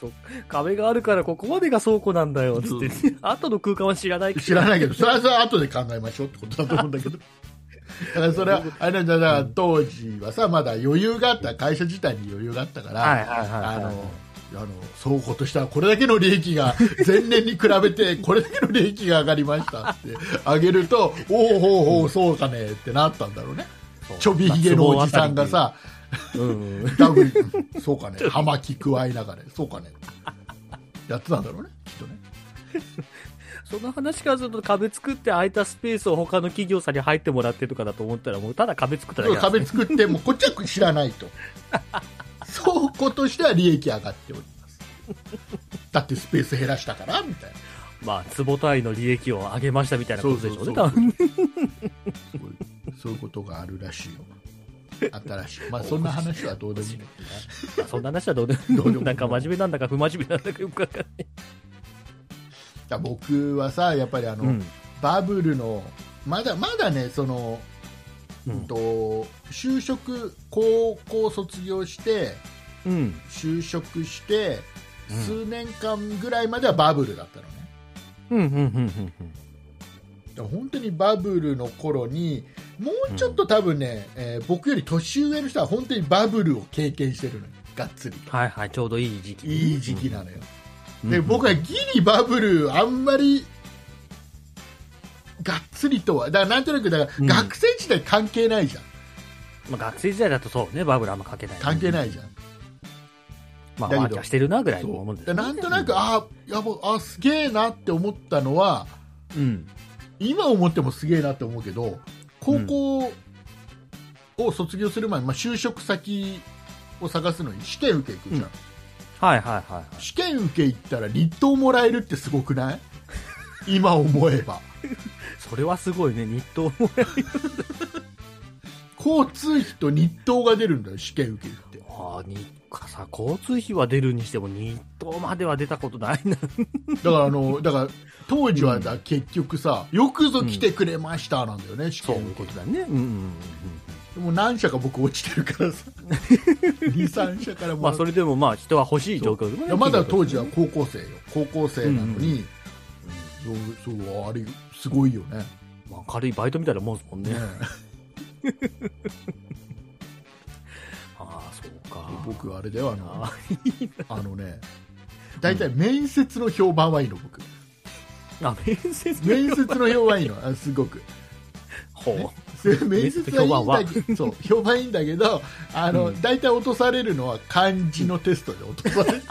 Speaker 3: そう壁があるからここまでが倉庫なんだよ、つって。後の空間は知らないけど
Speaker 2: 知らないけど、それはそれは後で考えましょうってことだと思うんだけ
Speaker 3: <laughs>
Speaker 2: ど。だからそれは、あれなんだな、当時はさ、まだ余裕があった、会社自体に余裕があったから、
Speaker 3: はいはいはいはい
Speaker 2: あの、あの倉庫としてはこれだけの利益が前年に比べてこれだけの利益が上がりましたって上げるとおおほうほうそうかねってなったんだろうね
Speaker 3: そう
Speaker 2: ちょびひげのおじさんがさ
Speaker 3: うんうん
Speaker 2: 多分うんそうかね葉巻くわえながらそうかねやってたんだろうねきっとね
Speaker 3: その話からすると壁作って空いたスペースを他の企業さんに入ってもらってとかだと思ったらもうただ壁作っただ
Speaker 2: そう
Speaker 3: けなんで
Speaker 2: 壁作ってもこっちは知らないと
Speaker 3: <laughs>
Speaker 2: 倉庫としては利益上がっておりますだってスペース減らしたからみたいな
Speaker 3: すまあ坪単位の利益を上げましたみたいなことでしょうね
Speaker 2: そうそうそう
Speaker 3: 多分
Speaker 2: そういうそういうことがあるらしいよあったらしいまあそんな話はどうでもいいんだけどな
Speaker 3: <laughs> まあそんな話はどうで
Speaker 2: どうでも
Speaker 3: もなんか真面目なんだか不真面目なんだかよくわかんない、
Speaker 2: だから僕はさやっぱりあの、
Speaker 3: うん
Speaker 2: バブルのまだまだねその、
Speaker 3: う
Speaker 2: うん
Speaker 3: ん
Speaker 2: と就職高校卒業して
Speaker 3: うん
Speaker 2: 就職して、
Speaker 3: うん
Speaker 2: 数年間ぐらいまではバブルだったのね
Speaker 3: うんうんうんうんうん
Speaker 2: だから本当にバブルの頃にもうちょっと多分ね、えー僕より年上の人は本当にバブルを経験してるのよがっつり
Speaker 3: はいはいちょうどいい時期
Speaker 2: いい時期なのよ、
Speaker 3: うん
Speaker 2: で
Speaker 3: うん
Speaker 2: 僕はギリバブルあんまりがっつりとはだからなんとなくだから
Speaker 3: うん
Speaker 2: 学生時代関係ないじゃん、
Speaker 3: まあ、学生時代だとそうねバブルあんまかけない、
Speaker 2: 関係ないいじゃん、
Speaker 3: まあ、
Speaker 2: だけど
Speaker 3: ワーキャーしてるなぐらいの
Speaker 2: そ
Speaker 3: も
Speaker 2: うんだか
Speaker 3: です
Speaker 2: ら
Speaker 3: ね
Speaker 2: なんとなく、あーやばあすげえなって思ったのは
Speaker 3: うん
Speaker 2: 今思ってもすげえなって思うけど高校を卒業する前に、まあ、就職先を探すのに試験受け行くじゃん、
Speaker 3: うんはいはいはいはい
Speaker 2: 試験受け行ったら立冬もらえるってすごく
Speaker 3: <laughs>
Speaker 2: ない今思えば
Speaker 3: それはすごいね日東も
Speaker 2: 交通費と日当が出るんだよ試験受けるって
Speaker 3: ああ、日課さ、交通費は出るにしても、日当までは出たことないな。
Speaker 2: だからあのだから当時はだ、結局さよくぞ来てくれましたなんだよね、試験受け
Speaker 3: だね。うんうんうん
Speaker 2: でも何社か僕落ちてるから
Speaker 3: <laughs>
Speaker 2: さ23社から
Speaker 3: うん。
Speaker 2: も
Speaker 3: まあ、それでもまあ、人は欲しい状況でも
Speaker 2: い
Speaker 3: ね
Speaker 2: やまだ当時は高校生よ高校生なのに、そうそうあれすごいよね
Speaker 3: まあ、軽いバイトみたいなもんですもんね。
Speaker 2: ね
Speaker 3: ああ、そうか。
Speaker 2: 僕あれだよあの
Speaker 3: あ
Speaker 2: あのね大体面接の評判はいいの僕
Speaker 3: あ、面接ね。
Speaker 2: 面接の評 <laughs> 判いいのあすごく
Speaker 3: ほう。
Speaker 2: で面接はいいんだけどそう評判いいんだけどあの、
Speaker 3: うん
Speaker 2: 大体落とされるのは漢字のテストで落とさ <laughs> れる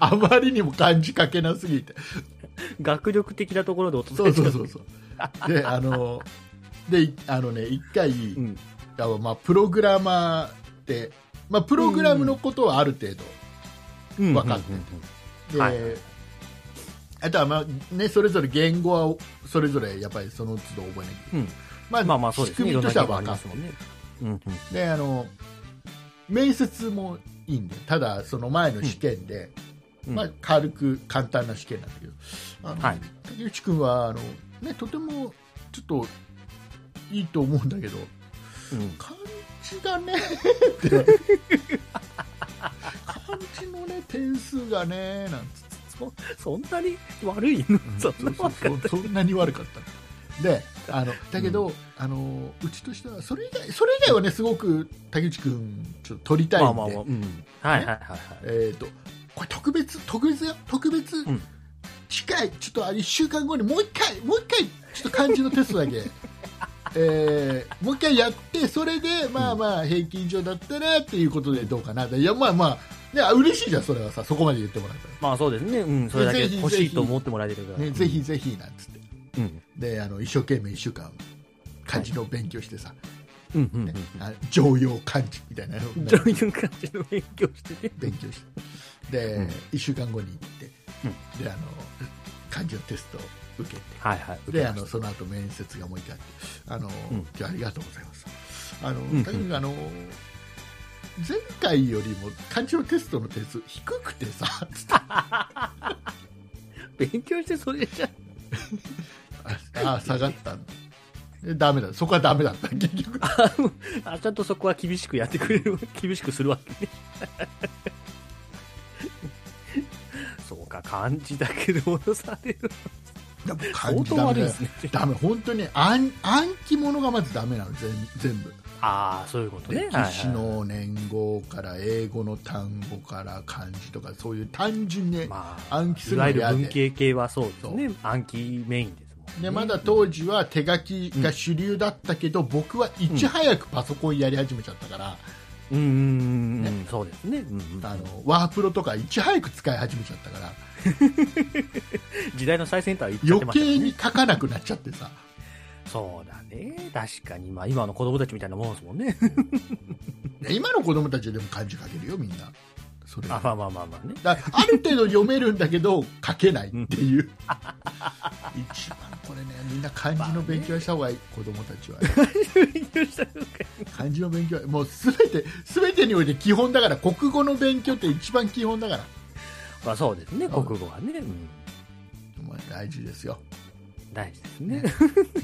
Speaker 2: あまりにも漢字書けなすぎて
Speaker 3: 学力的なところで落とさ
Speaker 2: そう
Speaker 3: れちゃ
Speaker 2: そうそうそうであのでいあのね一回、
Speaker 3: うん。
Speaker 2: あのまあ、プログラマーって、まあ、プログラムのことはある程度、
Speaker 3: うん。
Speaker 2: わかってで、
Speaker 3: はい
Speaker 2: あとは、まあね、それぞれ言語はおそれぞれやっぱりその都度覚えなきゃいけない
Speaker 3: うん。
Speaker 2: まあ
Speaker 3: まあまあ、そうで
Speaker 2: 仕
Speaker 3: すね。
Speaker 2: 組
Speaker 3: い
Speaker 2: み
Speaker 3: ろん
Speaker 2: と
Speaker 3: な
Speaker 2: しては
Speaker 3: 人が
Speaker 2: 分
Speaker 3: あり
Speaker 2: か
Speaker 3: ま
Speaker 2: って
Speaker 3: すもんね。うんうん。
Speaker 2: であの面接もいいんでただその前の試験で、
Speaker 3: うん
Speaker 2: まあ、軽く簡単な試験なんだけどあの、
Speaker 3: はい
Speaker 2: 竹内君はあの、ね、とてもちょっといいと思うんだけど
Speaker 3: うん
Speaker 2: 漢字がねって漢字のね点数がねなんつって
Speaker 3: そそんなに悪いのそんな
Speaker 2: そう
Speaker 3: 悪
Speaker 2: そ
Speaker 3: かっ
Speaker 2: うそうそんなに悪かったであのだけど、あのうちとしてはそれ以外それ以外はねすごく竹内君ちょっと取りた
Speaker 3: た。
Speaker 2: いんで、
Speaker 3: まあまあまあ、うん。はいはいはいはい。
Speaker 2: えー、とこれ特別特別よ特別、
Speaker 3: ん
Speaker 2: 次回ちょっとあ1週間後にもう一回もう一回ちょっと漢字のテストだ
Speaker 3: <laughs>
Speaker 2: けえーもう一回やってそれでまあまあ平均以上だったらっていうことでどうかな、いやまあまあねあ嬉しいじゃんそれはさそこまで言ってもらった
Speaker 3: まあそうですね。うん。それだけ
Speaker 2: ぜひぜひ
Speaker 3: 欲しいと思ってもらえてるから
Speaker 2: ら、ね
Speaker 3: うん
Speaker 2: ぜひぜひなんつって
Speaker 3: うん。
Speaker 2: であの一生懸命1週間漢字の勉強してさ、
Speaker 3: うんうんうん
Speaker 2: ね。あ常用漢字みたいなのをね
Speaker 3: どういう感じの勉強してね。
Speaker 2: 勉強してで、
Speaker 3: うん
Speaker 2: 1週間後に行って、であの漢字のテストを受けて
Speaker 3: はいはい。
Speaker 2: であのその後面接がもう一回あってあの、
Speaker 3: うん
Speaker 2: 今日はありがとうございますあの、
Speaker 3: ん
Speaker 2: とにかくあの前回よりも漢字のテストの点数低くて
Speaker 3: <laughs>
Speaker 2: さつって
Speaker 3: 勉強してそれじゃ、
Speaker 2: ああ下がったんだでダメだそこはダメだった結局
Speaker 3: あちゃんとそこは <laughs> 厳しくやってくれる、厳しくするわけね。感じだけで戻される
Speaker 2: でも
Speaker 3: 相
Speaker 2: 感じ
Speaker 3: 当
Speaker 2: ダメ
Speaker 3: 悪
Speaker 2: だ
Speaker 3: いで
Speaker 2: よ
Speaker 3: すね
Speaker 2: ダメ本当に暗暗記物がまずダメなの全全部
Speaker 3: ああそういうことね
Speaker 2: 歴史の年号から英語の単語から漢字とかそういう単純に、
Speaker 3: まあ、
Speaker 2: 暗記す
Speaker 3: い
Speaker 2: るの
Speaker 3: わ
Speaker 2: は
Speaker 3: ゆる
Speaker 2: 嫌で
Speaker 3: 文系系はそうですね暗記メインですもんね
Speaker 2: でまだ当時は手書きが主流だったけど、僕はいち早くパソコンやり始めちゃったから、
Speaker 3: うんうんうんうん、そうですね、うんうん、
Speaker 2: あのワープロとかいち早く使い始めちゃったから
Speaker 3: 時代の最先端は言っちゃって
Speaker 2: 余
Speaker 3: ましたね
Speaker 2: 計に書かなくなっちゃってさ
Speaker 3: そうだね確かに、まあ、今の子供たちみたいなもんですもんね
Speaker 2: で今の子供たちでも漢字書けるよみんなそれ
Speaker 3: <laughs> あまあまあまあまあね
Speaker 2: だある程度読めるんだけど書けないっていう一番これねみんな漢字の勉強した方がいい、子供た <laughs> ちは
Speaker 3: 勉強したのか
Speaker 2: 漢字の勉強はもう全て全てにおいて基本だから国語の勉強って一番基本だから
Speaker 3: まあそうですね国語はね、うん、
Speaker 2: もう大事ですよ
Speaker 3: 大事ですね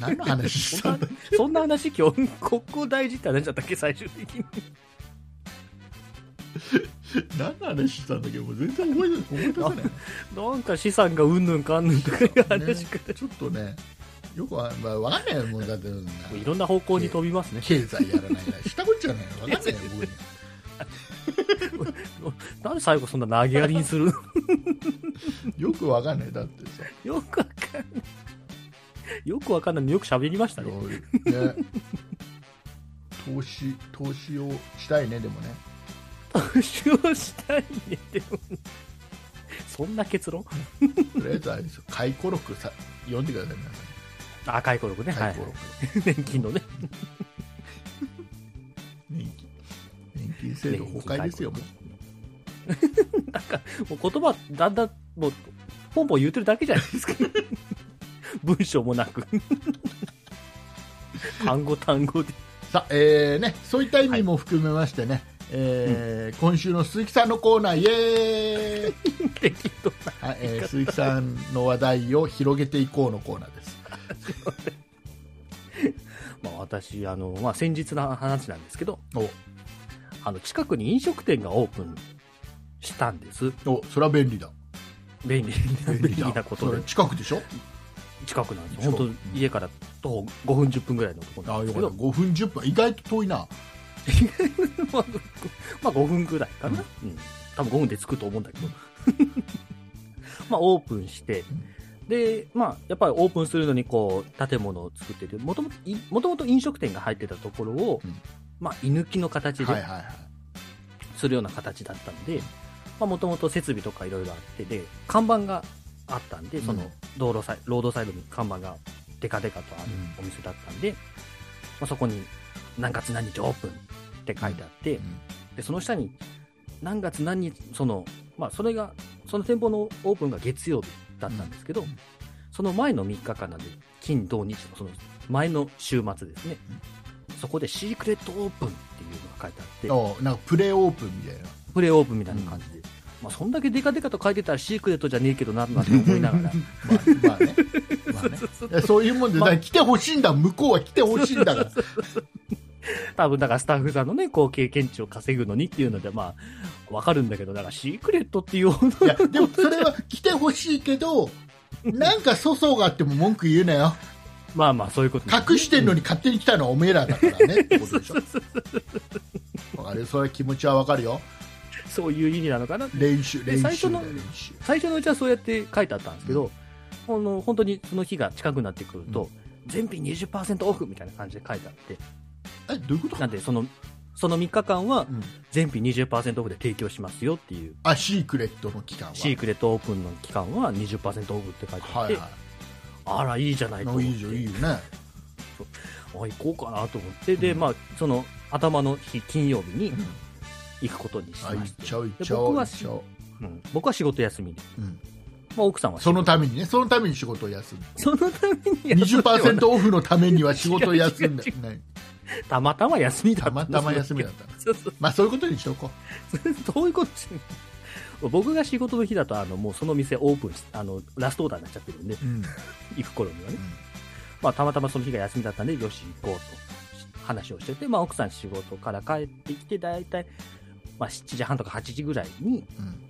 Speaker 2: 何の話した <laughs> んだ
Speaker 3: <laughs> そんな話今日国語大事って話だったっけ最終的に
Speaker 2: 何の話したんだけどもう全然覚えてない思い出せ
Speaker 3: なんか資産がうんぬんかんぬんとかい
Speaker 2: な
Speaker 3: う
Speaker 2: い、ね、
Speaker 3: 話
Speaker 2: ち
Speaker 3: か、
Speaker 2: ょっとねよくわ、まあ、わかんないよもうだってそんない
Speaker 3: ろんな方向に飛びますね
Speaker 2: 経済やらないなしたことじゃないのわかんないよ <laughs> 僕に
Speaker 3: なんで最後そんな投げやりにする
Speaker 2: よくわかんないだってさ
Speaker 3: よくわかんないよくわかんないのによく喋りましたね
Speaker 2: ね、投資投資をしたいねでもね
Speaker 3: 復讐をしたいねでもそんな結論
Speaker 2: とりあえずあれですよ回顧録さ読んでください皆
Speaker 3: あ回顧録ね
Speaker 2: さん
Speaker 3: はい
Speaker 2: 回顧
Speaker 3: <laughs>
Speaker 2: 録、
Speaker 3: 年金のね
Speaker 2: 年金年金制度崩壊ですよもう
Speaker 3: もう言葉だんだんもうポンポン言ってるだけじゃない <laughs> ですか文章もなく <laughs> 単語単語で
Speaker 2: さあえーねそういった意味も含めましてね、えー今週の鈴木さんのコーナーイエーイ、
Speaker 3: 適当な
Speaker 2: はいえ
Speaker 3: <laughs>
Speaker 2: ー鈴木さんの話題を広げていこうのコーナーです
Speaker 3: まあ、私あの、まあ、先日の話なんですけど
Speaker 2: お
Speaker 3: あの近くに飲食店がオープンしたんです
Speaker 2: おそれは便利だ
Speaker 3: 便利な便利なこと
Speaker 2: それ
Speaker 3: で
Speaker 2: 近くでしょ
Speaker 3: 近くなんです
Speaker 2: 近く
Speaker 3: 本当家から徒歩5分10分ぐらいのところ
Speaker 2: あ
Speaker 3: な
Speaker 2: あ
Speaker 3: んで
Speaker 2: よ
Speaker 3: すけ
Speaker 2: かった
Speaker 3: ど
Speaker 2: 5分10分意外と遠いな
Speaker 3: まあ <laughs> まあ5分ぐらいかな、うん、多分5分で着くと思うんだけ
Speaker 2: <laughs>
Speaker 3: どまあオープンしてでまあやっぱりオープンするのにこう建物を作っててもともといもともと飲食店が入ってたところを、
Speaker 2: うん
Speaker 3: まあ居抜きの形
Speaker 2: はいはい
Speaker 3: で
Speaker 2: はい
Speaker 3: するような形だったんでもともと設備とかいろいろあってで看板があったんでその
Speaker 2: うん
Speaker 3: 道路サイロードサイドに看板がデカデカとあるお店だったんで、まあ、そこに「何月何日オープン」って書いてあって、
Speaker 2: うん
Speaker 3: でその下に何月何日そのまあそれがその店舗のオープンが月曜日だったんですけど、
Speaker 2: うん
Speaker 3: その前の3日間なんで金土日のその前の週末ですね、そこでシークレットオープンっていうのが書いてあって
Speaker 2: おなんかプレオープンみたいな
Speaker 3: プレオープンみたいな感じで、まあ、そんだけデカデカと書いてたらシークレットじゃねえけどななんて思いなが
Speaker 2: <laughs>
Speaker 3: ら
Speaker 2: まあね,、まあねいやそういうもんで、
Speaker 3: まあ
Speaker 2: だから来てほしいんだ向こうは来てほしいんだから
Speaker 3: 多分だからスタッフさんのねこう経験値を稼ぐのにっていうのでまあわかるんだけどだからシークレットっていうほど
Speaker 2: いやでもそれは来てほしいけどなんか粗相があっても文句言うなよ
Speaker 3: まあまあそういうことなんですね
Speaker 2: 隠してんのに勝手に来たのはおめえらだからねってことでしょわかるよそれ気持ちはわかるよ
Speaker 3: そういう意味なのかな
Speaker 2: 練習
Speaker 3: で
Speaker 2: 練習
Speaker 3: 最初の
Speaker 2: だよ練習
Speaker 3: 最初のうちはそうやって書いてあったんですけど、この本当にその日が近くなってくると、全品20%オフみたいな感じで書いてあって、
Speaker 2: えどういうこと
Speaker 3: なんでその、その3日間は
Speaker 2: うん
Speaker 3: 全品20%オフで提供しますよっていう、
Speaker 2: あシークレットの期間は
Speaker 3: シークレットオープンの期間は20%オフって書いてあっ
Speaker 2: は
Speaker 3: て、
Speaker 2: いは
Speaker 3: あら、いいじゃないい
Speaker 2: な
Speaker 3: と
Speaker 2: んか
Speaker 3: 思っ
Speaker 2: い
Speaker 3: て、
Speaker 2: いじゃんいいよね
Speaker 3: あ行こうかなと思って、で、
Speaker 2: うん
Speaker 3: まあ、その頭の日、金曜日に
Speaker 2: うん
Speaker 3: 行くことにし
Speaker 2: あ行
Speaker 3: ま
Speaker 2: っ
Speaker 3: して、
Speaker 2: ちゃう行っ
Speaker 3: で
Speaker 2: ちゃおう
Speaker 3: 僕
Speaker 2: 行
Speaker 3: は
Speaker 2: っちゃおう
Speaker 3: うん僕は仕事休みで、
Speaker 2: うん
Speaker 3: まあ、奥さんは仕
Speaker 2: そ
Speaker 3: 事
Speaker 2: のためにねそのために仕事を休む
Speaker 3: そ
Speaker 2: <laughs>
Speaker 3: のために休んではない
Speaker 2: 20%オフのためには仕事を休んでない
Speaker 3: たまたま休みだったたんで
Speaker 2: ますたま休みだ
Speaker 3: <laughs>
Speaker 2: った
Speaker 3: そうそう
Speaker 2: まあそういうことにしとこ
Speaker 3: どういうことしてんの <laughs> 僕が仕事の日だとあのもうその店オープンしあのラストオーダーになっちゃってるんで
Speaker 2: う、うん
Speaker 3: 行く頃にはね、まあ、たまたまその日が休みだったんでよし行こうと話をしてて、まあ、奥さん仕事から帰ってきて大体、まあ、7時半とか8時ぐらいに
Speaker 2: うん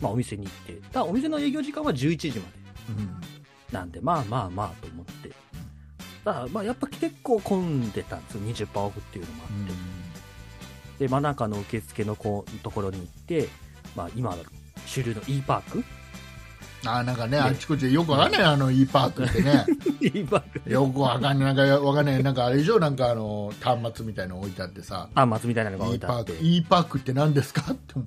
Speaker 3: まあ、お店に行って、だからお店の営業時間は11時まで。
Speaker 2: うん
Speaker 3: なんで、まあまあまあと思って。ただ、まあやっぱ結構混んでたんですよ。20%オフっていうのもあって。で、真中の受付のこうところに行って、まあ今、主流の E パーク
Speaker 2: あーなんかね、
Speaker 3: ね
Speaker 2: あちこちよくわかんない、あの E パークって
Speaker 3: <laughs>
Speaker 2: ね、
Speaker 3: ?E パーク
Speaker 2: よくわかんない、なんかわかんない、なんかあれ以上、なんかあの端末みたいなの置いてあってさ、
Speaker 3: 端末みたいなのが置
Speaker 2: E
Speaker 3: いて
Speaker 2: パ
Speaker 3: あ
Speaker 2: ー
Speaker 3: って
Speaker 2: ク。E パークって何ですかって思う、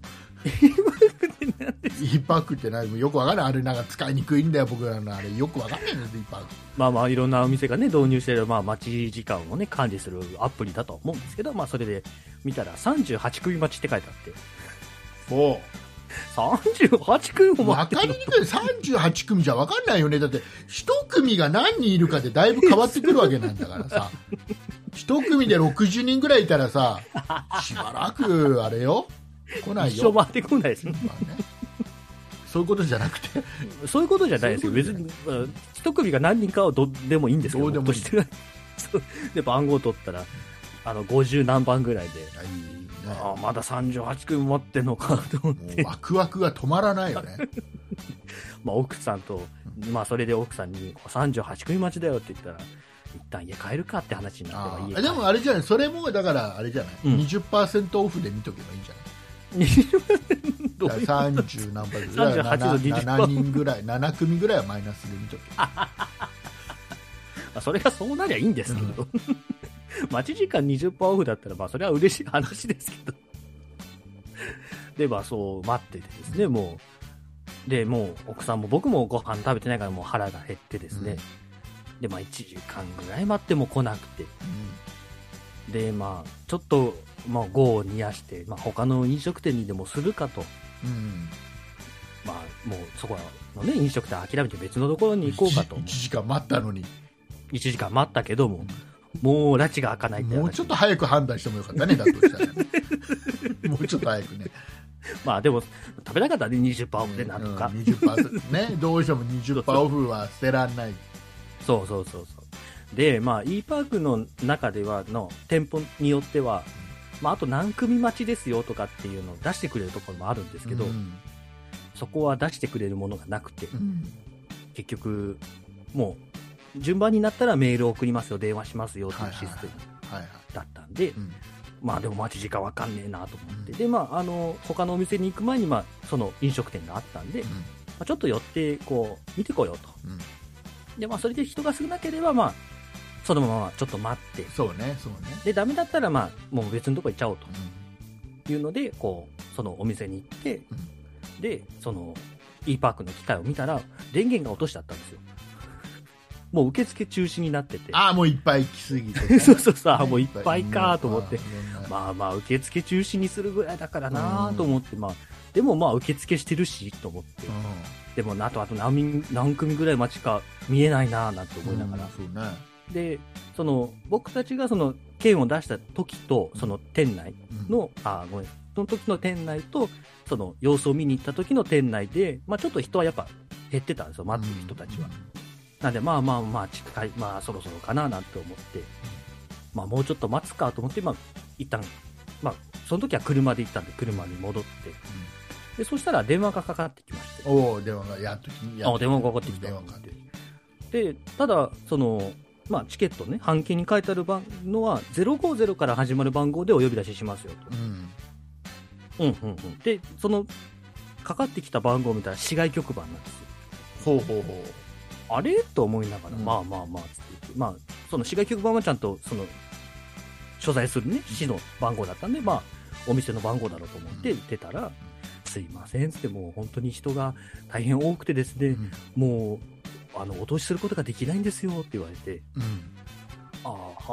Speaker 2: E パークって何よくわかんない、あれなんか使いにくいんだよ、僕らのあれ、よくわかんないんですよ、E パーク。
Speaker 3: まあまあいろんなお店がね、導入してる、まあ待ち時間をね、管理するアプリだとは思うんですけど、まあそれで見たら38組待ちって書いてあって。
Speaker 2: お
Speaker 3: 38組も
Speaker 2: わ
Speaker 3: 待っ
Speaker 2: か
Speaker 3: て
Speaker 2: り
Speaker 3: る
Speaker 2: にくい、38組じゃわかんないよね、だって、一組が何人いるかでだいぶ変わってくるわけなんだから
Speaker 3: <laughs>
Speaker 2: さ、一組で60人ぐらいいたらさ、しばらく、あれよ、来ない
Speaker 3: 一生
Speaker 2: よ、
Speaker 3: 回ってこないですね。
Speaker 2: まあねそういうことじゃなくて、
Speaker 3: そういうことじゃないですよ。
Speaker 2: そういうこと
Speaker 3: 別
Speaker 2: じゃ
Speaker 3: に、まあ一組が何人かはどうでもいいんですけど、
Speaker 2: どうでもいい
Speaker 3: 僕としては <laughs> そうで、番号取ったら、あの、50何番ぐらいで、ああ、まだ38組持ってんのかと思っ
Speaker 2: も
Speaker 3: て
Speaker 2: う、ワクワクが止まらないよね、
Speaker 3: <laughs> まあ、奥さんと、まあ、それで奥さんに、38組待ちだよって言ったら、一旦家帰るかって話になって、
Speaker 2: あ
Speaker 3: まあ、家
Speaker 2: ーでも
Speaker 3: <laughs>
Speaker 2: あれじゃない、それもだから、あれじゃない、
Speaker 3: うん
Speaker 2: 20%オフで見とけばいいんじゃない
Speaker 3: どういう
Speaker 2: だから30何パー
Speaker 3: 38
Speaker 2: だから
Speaker 3: の20
Speaker 2: 7人ぐらい、7組ぐらいはマイナスで見とけ
Speaker 3: まあそれがそうなりゃいいんですけど、待ち時間20%オフだったら、まあ、それは嬉しい話ですけど。で、まあ、そう待っててですね、もう。で、もう、奥さんも僕もご飯食べてないから、もう腹が減ってですね。で、まあ、1時間ぐらい待っても来なくて。で、まあ、ちょっと、まあ、業を煮やして、まあ、他の飲食店にでもするかと。
Speaker 2: うんうん
Speaker 3: まあ、もう、そこのね、飲食店諦めて別のところに行こうかと
Speaker 2: 1。時間待ったのに、
Speaker 3: 1時間待ったけども、もう、拉致が開かないって話
Speaker 2: もうちょっと早く判断してもよかったね、だとしたら、
Speaker 3: <laughs>
Speaker 2: もうちょっと早くね、
Speaker 3: まあでも、食べなかったらね、20%オフでなんとか。
Speaker 2: うん20%ね、どうしても20%オフは捨てらんない、
Speaker 3: そうそうそうそう。で、まあ、e パークの中では、の店舗によっては、まあ、あと何組待ちですよとかっていうのを出してくれるところもあるんですけど、
Speaker 2: うん
Speaker 3: そこは出してくれるものがなくて
Speaker 2: う、ん
Speaker 3: 結局、もう、順番になったらメールを送りますよ、電話しますよっていうシステム
Speaker 2: はいはい
Speaker 3: だったんで
Speaker 2: う、ん
Speaker 3: まあでも待ち時間わかんねえなと思って、
Speaker 2: うん
Speaker 3: で、まあ、あの、他のお店に行く前に、まあ、その飲食店があったんで、まあちょっと寄って、こう、見てこようと。
Speaker 2: うんうん
Speaker 3: で、まあ、それで人が少なければ、まあ、そのままちょっと待って、
Speaker 2: そうね、そうね。
Speaker 3: で、ダメだったら、まあ、もう別のとこ行っちゃお
Speaker 2: う
Speaker 3: う
Speaker 2: ん
Speaker 3: というので、こう、そのお店に行って
Speaker 2: う、
Speaker 3: で、その、e パークの機械を見たら、電源が落としてあったんですよ。もう受付中止になってて。
Speaker 2: ああ、もういっぱい来すぎてね。
Speaker 3: <laughs> そうそう <laughs> そう、あもういっぱいかと思って
Speaker 2: うん。。まあ
Speaker 3: まあまあ、受付中止にするぐらいだからなと思って、まあ、でもまあ、受付してるし、と思って
Speaker 2: う。ん
Speaker 3: でも、あと、あと何人、何組ぐらい待ちか見えないななんて思いながら。
Speaker 2: うんそうね。
Speaker 3: でその僕たちがその券を出した時とその店内
Speaker 2: うん
Speaker 3: の、あごめんその時の店内とその様子を見に行った時の店内で、まあ、ちょっと人はやっぱ減ってたんですよ待ってる人たちは、。なんでまあまあまあ近いまあそろそろかななんて思って、まあ、もうちょっと待つかと思ってまあ一旦まあその時は車で行ったんで車に戻ってでそしたら電話がかかってきまし
Speaker 2: う
Speaker 3: て
Speaker 2: んおお、電話が、やっときやっと
Speaker 3: あ
Speaker 2: き
Speaker 3: 電話がかかってきた
Speaker 2: 電話かかってき
Speaker 3: でただその、まあ、チケットね半券に書いてある番のは050から始まる番号でお呼び出ししますよ
Speaker 2: うん。
Speaker 3: と、うんうんうん、でそのかかってきた番号を見たら市外局番なんですよ
Speaker 2: ほうほうほ
Speaker 3: あれと思いながら、
Speaker 2: うん
Speaker 3: まあまあまあつって言ってまあその市外局番はちゃんとその所在するね市の番号だったんでまあお店の番号だろうと思って出たら、すいませんっつってもう本当に人が大変多くてです
Speaker 2: う。
Speaker 3: ね、
Speaker 2: うん
Speaker 3: もうあのお通しすることができないんですよって言われて
Speaker 2: うん。
Speaker 3: ああ、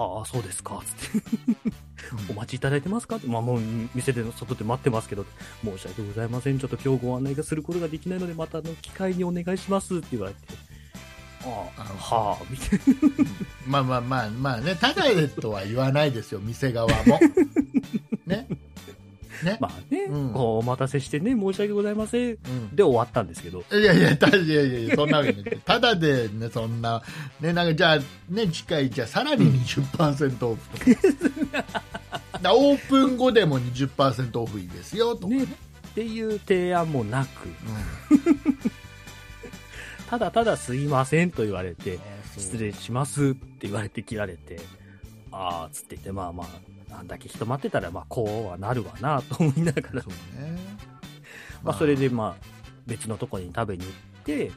Speaker 3: はあ、そうですか、つって。 <laughs> お待ちいただいてますかって、まあもう店での外で待ってますけど、申し訳ございません。ちょっと今日ご案内がすることができないので、またあの機会にお願いしますって言われて。ああ、
Speaker 2: あの
Speaker 3: はあ、みたい
Speaker 2: まあまあまあまあね、ただでとは言わないですよ、店側も。ね。ね。
Speaker 3: <laughs> な。まあね、
Speaker 2: うん
Speaker 3: こうお待たせしてね、申し訳ございません。
Speaker 2: うん
Speaker 3: で終わったんですけど、
Speaker 2: いやいや、たいやいやいや、そんなわけない。ただでね、そんな、ね、なんかじゃあ、ね、次回、じゃあ、さらに20%オフとか。だからオープン後でも20%オフいいですよ、とか。
Speaker 3: ね、っていう提案もなく、
Speaker 2: うん
Speaker 3: ただただすいませんと言われて、失
Speaker 2: 礼
Speaker 3: 礼しますって言われて切られて、ああ、つって言って、まあまあ、あんだけ人待ってたら、まあ、こうはなるわな、と思いながら、
Speaker 2: そうね
Speaker 3: まあ、それでまあ、別のとこに食べに行って、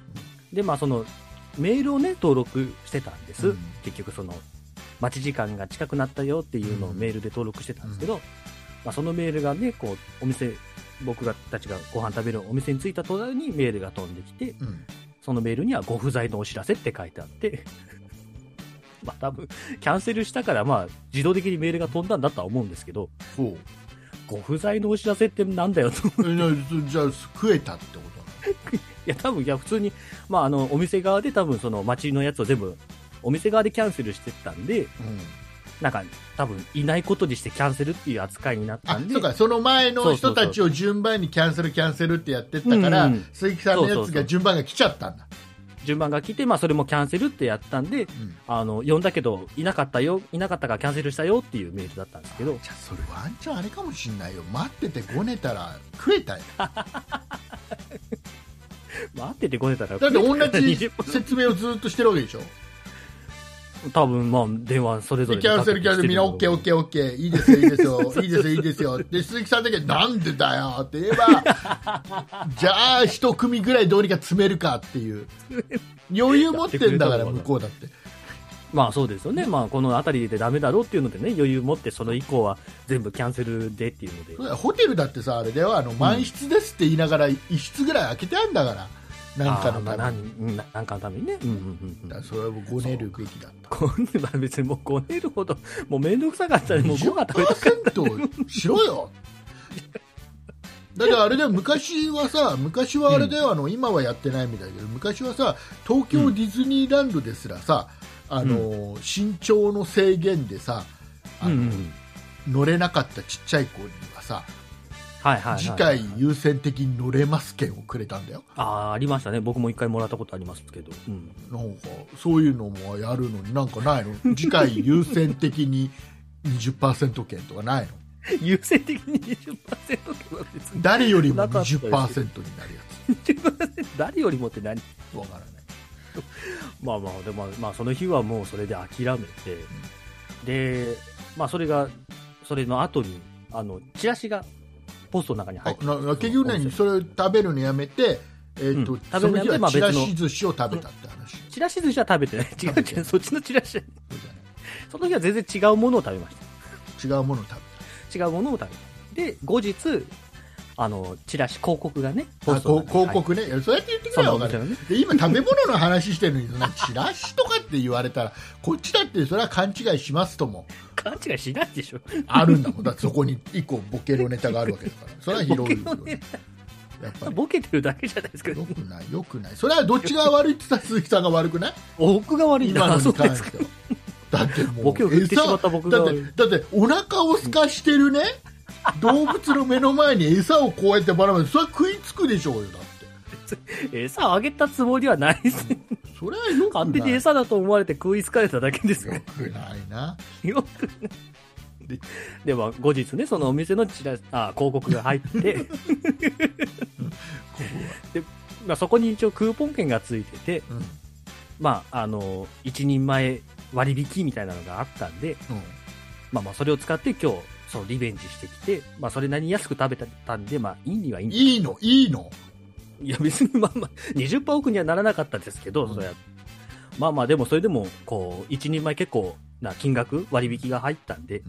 Speaker 3: で、まあ、その、メールをね、登録してたんです。
Speaker 2: うん
Speaker 3: 結局、その、待ち時間が近くなったよっていうのを
Speaker 2: うん
Speaker 3: メールで登録してたんですけど、まあ、そのメールがね、こう、お店、僕がたちがご飯食べるお店に着いた途端にメールが飛んできて、
Speaker 2: うん
Speaker 3: そのメールにはご不在のお知らせって書いてあって、 <laughs> まあ多分、キャンセルしたから、まあ自動的にメールが飛んだんだとは思うんですけど、
Speaker 2: そう
Speaker 3: ご不在のお知らせってなんだよと。い <laughs>
Speaker 2: えじゃあじゃあ食えたってこと
Speaker 3: や、多分、いや、普通に、まああの、お店側で多分その街のやつを全部、お店側でキャンセルしてたん
Speaker 2: な
Speaker 3: で、
Speaker 2: の、
Speaker 3: <laughs>
Speaker 2: うん
Speaker 3: なんか多分いないことにしてキャンセルっていう扱いになった
Speaker 2: あ
Speaker 3: んで、
Speaker 2: そうかその前の人たちを順番にキャンセル、キャンセルってやってったから、
Speaker 3: うんうん
Speaker 2: 鈴木さんの
Speaker 3: そ
Speaker 2: や
Speaker 3: うそ
Speaker 2: つ
Speaker 3: うそう
Speaker 2: が順番が来ちゃったんだ、
Speaker 3: 順番が来て、まあそれもキャンセルってやったんで、
Speaker 2: うん
Speaker 3: あの、呼んだけど、いなかったよ、いなかったからキャンセルしたよっていうメールだったんですけど、
Speaker 2: じゃあそれワンチャンあれかもしんないよ、待っててごねたら食えたよ、
Speaker 3: 待っててこねたら、
Speaker 2: だって
Speaker 3: <laughs>
Speaker 2: 同
Speaker 3: 20
Speaker 2: じ
Speaker 3: 分
Speaker 2: 説明をずっとしてるわけでしょ、
Speaker 3: 多分まあ電話それぞ
Speaker 2: で
Speaker 3: れ
Speaker 2: キャンセル、キャンセル、みんな OKOKOK、OK いいですよ、いいですよ、いいですよ、いいですよ、で鈴木さんだけ、なんでだよって言えば、
Speaker 3: <laughs>
Speaker 2: じゃあ、一組ぐらいどうにか詰めるかっていう、余裕持ってんだから、向こうだって。
Speaker 3: まあそうですよね、まあ、この辺りでダメだろうっていうのでね余裕持ってその以降は全部キャンセルでっていうので
Speaker 2: そうだよホテルだってさあれだよあの満室ですって言いながら一室ぐらい空けてあるんだから、なんかの
Speaker 3: あーま
Speaker 2: た
Speaker 3: あ
Speaker 2: めに
Speaker 3: 何ななんかのためにねうんうんうん
Speaker 2: だ
Speaker 3: うん
Speaker 2: からそれはもうごねるべきだった
Speaker 3: こんな別にもうこねるほどもう面倒くさかったらもうご飯食べた
Speaker 2: 20%しろよだってあれだよ昔は
Speaker 3: <laughs>
Speaker 2: さ昔はあれだよ、あの今はやってないみたいだけど昔はさ東京ディズニーランドですらさ、あの身長の制限でさ <laughs> あ
Speaker 3: うん
Speaker 2: の、
Speaker 3: うんうん
Speaker 2: 乗れなかったちっちゃい子にはさ
Speaker 3: はいはいはい
Speaker 2: 次回優先的に乗れます券をくれたんだよ
Speaker 3: ああありましたね僕も一回もらったことありますけど、
Speaker 2: <laughs>
Speaker 3: うん、
Speaker 2: なんかそういうのもやるのになんかない
Speaker 3: <laughs>
Speaker 2: の次回優先的に20%券とかないの
Speaker 3: 優先的に20%とか別に
Speaker 2: 誰よりも
Speaker 3: なかったです
Speaker 2: 20%になるや
Speaker 3: 誰よりもって何
Speaker 2: つわからない
Speaker 3: まあまあ、でも、まあ、その日はもうそれで諦めて、で、まあ、それが、それの後に、あの、チラシが、ポストの中に入って
Speaker 2: あな結局
Speaker 3: お店
Speaker 2: ね
Speaker 3: に
Speaker 2: それ食べるのやめて、えーと
Speaker 3: うん食べ
Speaker 2: そ
Speaker 3: る
Speaker 2: の
Speaker 3: のや
Speaker 2: 日
Speaker 3: めて
Speaker 2: は
Speaker 3: まあ
Speaker 2: ち
Speaker 3: 別の
Speaker 2: らし寿司を食べたって話、
Speaker 3: チラシ寿司は食べてない。
Speaker 2: <laughs>
Speaker 3: 違
Speaker 2: 食べ
Speaker 3: う
Speaker 2: て
Speaker 3: 違
Speaker 2: な
Speaker 3: う、
Speaker 2: い
Speaker 3: そっちのチラシ。
Speaker 2: そうじゃ
Speaker 3: その日は全然違うものを食べまし
Speaker 2: ない違うものを食
Speaker 3: た。違うものを食べた。で、後日、あの、チラシ、広告がね、
Speaker 2: べたあ
Speaker 3: ストの
Speaker 2: こ
Speaker 3: 中
Speaker 2: 広告
Speaker 3: に入って
Speaker 2: ね、いやそうやって言ってく
Speaker 3: そ
Speaker 2: れ
Speaker 3: の
Speaker 2: ば分
Speaker 3: お
Speaker 2: か
Speaker 3: 店
Speaker 2: る
Speaker 3: のね。
Speaker 2: で今食べ物の話してるのにそんなチラシとかって言われたらこっちだってそれは勘違いしますとも
Speaker 3: 勘違いしないでしょ。
Speaker 2: あるんだもんだってそこに一個ボケのネタがあるわけだからそれは拾うよ、ね、やっぱり
Speaker 3: ボケてるだけじゃないですか。
Speaker 2: よくない、よくない、それはどっちが悪いって言ったら鈴木さんが悪くない
Speaker 3: 僕が悪いん
Speaker 2: 今
Speaker 3: だ。
Speaker 2: の
Speaker 3: あそ
Speaker 2: に
Speaker 3: うで
Speaker 2: 関
Speaker 3: すか。
Speaker 2: しては。だってもう、
Speaker 3: ボケを振ってしまった僕が
Speaker 2: だっ
Speaker 3: 悪い
Speaker 2: て、だってお腹をすかしてるね、動物の目の前に餌をこうやってばらまいて、それは食いつくでしょうよ、だって。
Speaker 3: 餌あげたつもりはないですね。
Speaker 2: それはよくない。
Speaker 3: 勝手に餌だと思われて食いつかれただけですよ
Speaker 2: よ。くないな。
Speaker 3: よくないでも後日ねそのお店のチラあ広告が入ってて
Speaker 2: こ
Speaker 3: まあそこに一応クーポン券がついてて
Speaker 2: こは。
Speaker 3: まああの一人前割引みたいなのがあったんで
Speaker 2: うん。うん。
Speaker 3: まあまあそれを使って今日そのリベンジしてきてまあそれなりに安く食べたんでまあいいにはいいんです
Speaker 2: いいの、いいの。
Speaker 3: いや別にまあまあ20%オフにはならなかったですけど、
Speaker 2: うん
Speaker 3: それはまあまあでもそれでもこう一人前結構な金額割引が入ったんで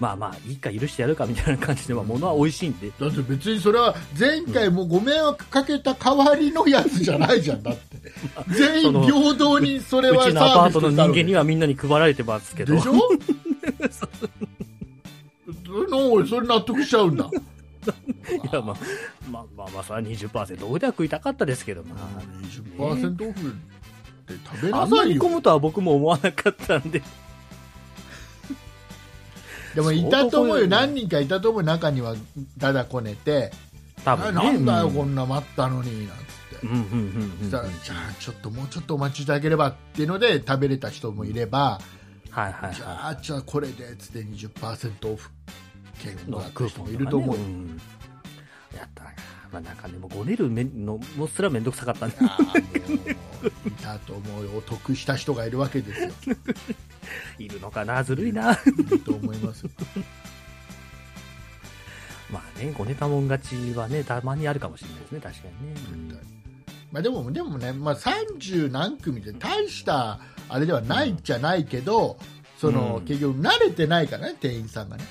Speaker 3: まあまあいいか許してやるかみたいな感じでまあ物は美味しいんで
Speaker 2: だって別にそれは前回もご迷惑かけた代わりのやつじゃないじゃん、だって。
Speaker 3: <laughs>
Speaker 2: 全員平等にそれは
Speaker 3: う
Speaker 2: サ
Speaker 3: ちのアパ
Speaker 2: ービ
Speaker 3: ー
Speaker 2: ス
Speaker 3: ト
Speaker 2: と
Speaker 3: の
Speaker 2: し
Speaker 3: 人
Speaker 2: たわ
Speaker 3: 間
Speaker 2: け
Speaker 3: にはみんなに配られてますけど
Speaker 2: <laughs> でしょその俺それ納得しちゃうんだ
Speaker 3: いやまあまあまあまあそれは20%オフでは食いたかったですけどまあ、
Speaker 2: 20%オフって食べ
Speaker 3: あ
Speaker 2: なん
Speaker 3: ま
Speaker 2: さい
Speaker 3: り
Speaker 2: よ
Speaker 3: 込むとは僕も思わなかったんで
Speaker 2: でもいたと思うよ
Speaker 3: 相当濃いよね
Speaker 2: 何人かいたと思う中にはだだこねて
Speaker 3: 多
Speaker 2: あ
Speaker 3: 分、ね、
Speaker 2: なんだよこ
Speaker 3: の
Speaker 2: んな待ったのになんつって
Speaker 3: うんうんうん
Speaker 2: そし
Speaker 3: うんう
Speaker 2: た
Speaker 3: んは
Speaker 2: ら
Speaker 3: い
Speaker 2: じゃあちょっともうちょっとお待ちいただければっていうので食べれた人もいれば
Speaker 3: はいはい
Speaker 2: じゃあじゃあこれでつって20%オフ券をもらった人もい
Speaker 3: とかね
Speaker 2: ると思うよ
Speaker 3: んやったらまあなんかね、もうごねるめんのもすらめんどくさかった
Speaker 2: <laughs>
Speaker 3: んで、
Speaker 2: あーもういたと思うよ、得した人がいるわけですよ、
Speaker 3: いるのかな、ずるいな。
Speaker 2: いると思いますよ、
Speaker 3: まあね、ごねたもん勝ちはね、たまにあるかもしれないですね、確かにね。
Speaker 2: 絶対まあ、でもでもね、まあ、30何組で大したあれではないじゃないけど、その
Speaker 3: うん
Speaker 2: 結局、慣れてないからね、店員さんがね、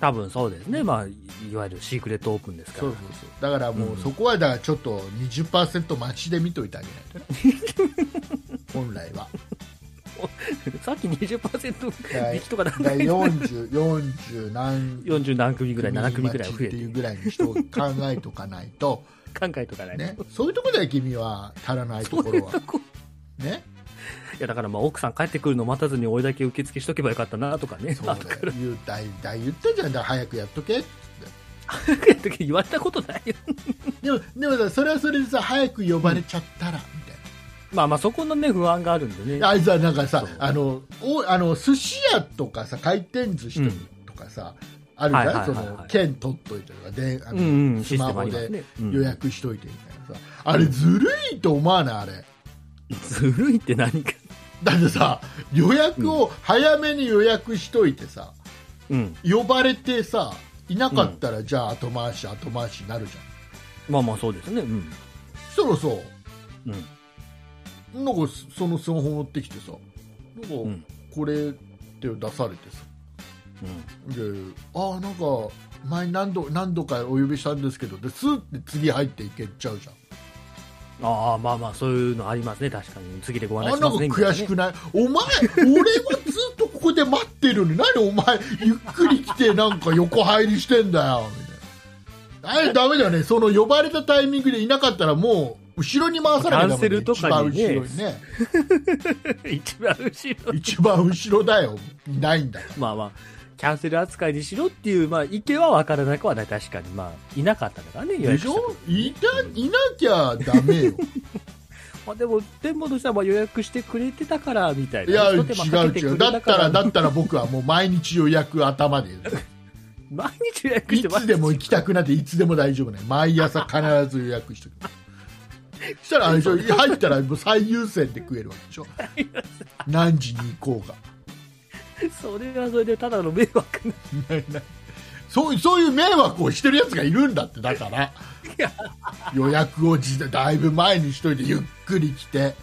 Speaker 3: 多分そうですね、まあ、いいわゆるシークレットオープンですから。
Speaker 2: だからもう、
Speaker 3: うん
Speaker 2: そこはだからちょっと20%待ちで見といてあげないとね、 <laughs> 本来は。
Speaker 3: さっき20%引きとかなんだ
Speaker 2: だい40 40何
Speaker 3: 40何組ぐらい、7組ぐらい増え
Speaker 2: って
Speaker 3: て
Speaker 2: いうぐらいに人を考えとかないと、
Speaker 3: 考えとかないと
Speaker 2: ね、そういうところだよ君は足らないところは
Speaker 3: そこ
Speaker 2: ね
Speaker 3: いやだからまあ奥さん帰ってくるの待たずに俺だけ受付しとけばよかったなとかね
Speaker 2: そう
Speaker 3: <laughs>
Speaker 2: だよ言う大大言ったじゃんだから早くやっとけ
Speaker 3: 言われたことないよ
Speaker 2: でもでもさそれはそれでさ早く呼ばれちゃったら、みたい
Speaker 3: まあまあそこのね不安があるんでね
Speaker 2: なあいつはなんかさ
Speaker 3: そう
Speaker 2: あのおあの寿司屋とかさ回転寿司とかさ、あるじゃん、
Speaker 3: はいはいはいはい
Speaker 2: その券取っといてとかであ
Speaker 3: う
Speaker 2: の、
Speaker 3: んうん
Speaker 2: ス
Speaker 3: シス
Speaker 2: マ
Speaker 3: テムあ
Speaker 2: ホ
Speaker 3: ります
Speaker 2: で
Speaker 3: ね、うん
Speaker 2: 予約しといてみたいなさ、あれずるいと思わないあれ
Speaker 3: ずるいって何か
Speaker 2: だってさ予約を早めに予約しといてさ、
Speaker 3: うん
Speaker 2: 呼ばれてさいなかったら、じゃあ後回し後回しになるじゃ
Speaker 3: まあまあそうですねうん
Speaker 2: んそろそ
Speaker 3: うん
Speaker 2: ろなんかそのスマホ持ってきてさなんか、
Speaker 3: うん
Speaker 2: これって出されてさでああなんか前何度何度かお呼びしたんですけどでスーって次入っていけちゃうじゃん
Speaker 3: ああまあまあそういうのありますね確かに次でご案
Speaker 2: あ
Speaker 3: 内し
Speaker 2: なん
Speaker 3: ま
Speaker 2: か
Speaker 3: すね
Speaker 2: 悔しくない、お前、俺はずっとここで待ってるのに、何お前、ゆっくり来て、なんか横入りしてんだよ、みたいな。あれ、ダメだよね、その呼ばれたタイミングでいなかったら、もう、後ろに回さなきゃダメだ
Speaker 3: キャンセ
Speaker 2: よ
Speaker 3: ルとかにね
Speaker 2: 一番後ろにね、
Speaker 3: みたいなね一番後ろ
Speaker 2: 一番後ろだよ、いないんだから。
Speaker 3: まあまあキャンセル扱いにしろっていう、まあ、意見は分からなくはない。確かに、まあ、いなかったからね、予
Speaker 2: で
Speaker 3: 約
Speaker 2: し
Speaker 3: 者
Speaker 2: ょいたいなきゃダメ
Speaker 3: <laughs>
Speaker 2: よ。
Speaker 3: まあ、でも、店舗としてはまあ予約してくれてたから、みたいな。
Speaker 2: いや、違
Speaker 3: 一
Speaker 2: う
Speaker 3: 手間かけて
Speaker 2: 違
Speaker 3: く
Speaker 2: う。
Speaker 3: れ
Speaker 2: だったら、だ
Speaker 3: から
Speaker 2: ったら僕はもう毎日予約頭
Speaker 3: <laughs>
Speaker 2: で。
Speaker 3: 毎日予約し
Speaker 2: い
Speaker 3: てま
Speaker 2: つ
Speaker 3: す。
Speaker 2: でも行きたくなっていつでも大丈夫ね毎朝必ず予約してくれそしたらあれでしょ入ったらもう最優先で食えるわけでしょ何時に行こうが
Speaker 3: それはそれで、ただの迷惑な。
Speaker 2: <laughs> そうそういう迷惑をしてるやつがいるんだってだ
Speaker 3: <laughs>
Speaker 2: から
Speaker 3: や
Speaker 2: 予約をじだいぶ前にしといてゆっくり来て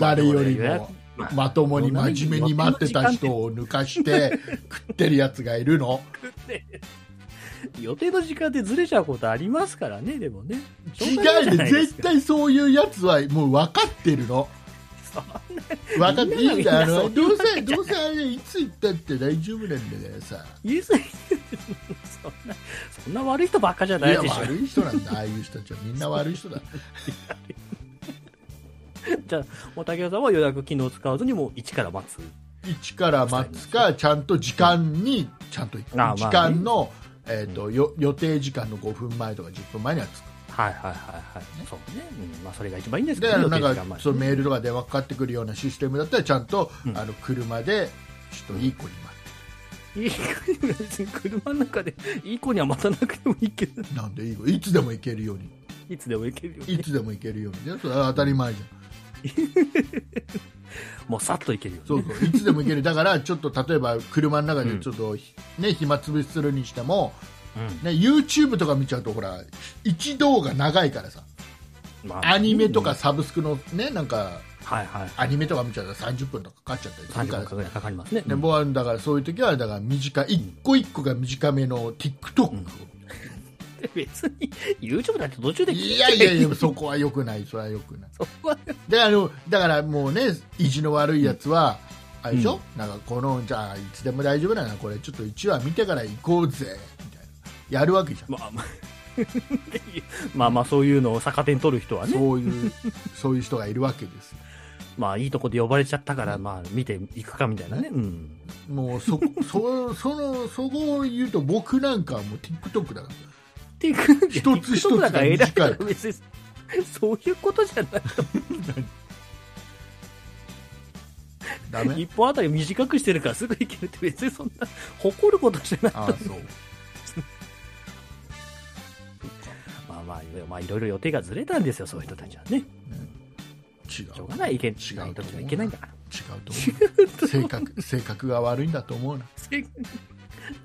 Speaker 2: 誰よりも
Speaker 3: まあ
Speaker 2: まともに真面目に待ってた人を抜かして食ってるやつがいるの
Speaker 3: 予定の時間ってずれちゃうことありますからね、でもね。
Speaker 2: 違
Speaker 3: しょうがな
Speaker 2: う
Speaker 3: いじゃ
Speaker 2: ね
Speaker 3: ないです
Speaker 2: 絶
Speaker 3: か
Speaker 2: 対そういうやつはもう分かってるの分かっていいんだよあの
Speaker 3: みん
Speaker 2: どうせどうせあれいつ行ったって大丈夫なんだからさ
Speaker 3: 言い過ぎてそんな、そんな悪い人ばっかじゃ
Speaker 2: い
Speaker 3: ない
Speaker 2: や
Speaker 3: でしょ。
Speaker 2: 悪い人なんだああいう人たちはみんな悪い人だ
Speaker 3: じゃあ、もう竹谷さんは予約機能使わずに、もう一から待つ。
Speaker 2: 一から待つかちゃんと時間にちゃんと行く、
Speaker 3: あまあね
Speaker 2: 時間の、えー、とよ予定時間の5分前とか10分前には着く
Speaker 3: はいはいはいはい。そうね。うん、まあ、それが一番いいんですけ
Speaker 2: で
Speaker 3: ど
Speaker 2: あ
Speaker 3: ね、
Speaker 2: の
Speaker 3: 予
Speaker 2: なん
Speaker 3: 定時間前
Speaker 2: かそうメールとか電話かかってくるようなシステムだったらちゃんと、
Speaker 3: うん
Speaker 2: あの車でちょっといい子に待
Speaker 3: いい子には別に車の中でいい子には待たなくてもいいけど
Speaker 2: って、なんでいい子いつでも行けるように
Speaker 3: いつでも行けるよ、
Speaker 2: い
Speaker 3: ね、
Speaker 2: つでも行けるようにねそれは当たり前じゃん
Speaker 3: もうさっと行けるよ、ね、
Speaker 2: そうそういつでも行けるだからちょっと例えば車の中でちょっと、ね暇つぶしするにしても、
Speaker 3: うん
Speaker 2: ね、YouTube とか見ちゃうとほら一動が長いからさ
Speaker 3: まあ
Speaker 2: アニメとかサブスクのねなんか
Speaker 3: はいはい
Speaker 2: アニメとか見ちゃうと30分とかかかっちゃったりする
Speaker 3: 30
Speaker 2: から
Speaker 3: 分かぐらいかかりますね
Speaker 2: ね、僕はだからそういう時はだから短い一個一個が短めの TikTok を、
Speaker 3: <laughs> 別に YouTube だって途中で
Speaker 2: いやいやいやそこはよくないそれはよくない
Speaker 3: そこは
Speaker 2: であのだからもうね意地の悪いやつは、あれでしょ、なんかこのじゃあいつでも大丈夫だなこれちょっと1話見てから行こうぜみたいなやるわけじゃん、
Speaker 3: まあまあ <laughs> まあまあそういうのを逆手に取る人はね
Speaker 2: そういう <laughs> そういう人がいるわけですよ
Speaker 3: まあいいとこで呼ばれちゃったからまあ見ていくかみたいなねうん
Speaker 2: もうそそそのそこを言うと僕なんかはもう TikTok だか
Speaker 3: っていう感じ
Speaker 2: 一つ一つが短い
Speaker 3: TikTok だから偉い別にそういうことじゃない
Speaker 2: <laughs> らダメ
Speaker 3: 一本あたり短くしてるからすぐ行けるって別にそんな誇ることじゃない
Speaker 2: ああそう
Speaker 3: まあまあよ。まあ、いろいろ予定がずれたんですよ、そういう人たちはね。
Speaker 2: 違う
Speaker 3: しょうがない、いけ
Speaker 2: 違う
Speaker 3: ない時はいけないんだから。 <laughs>
Speaker 2: 違うと思う性格性格が悪いんだと思うな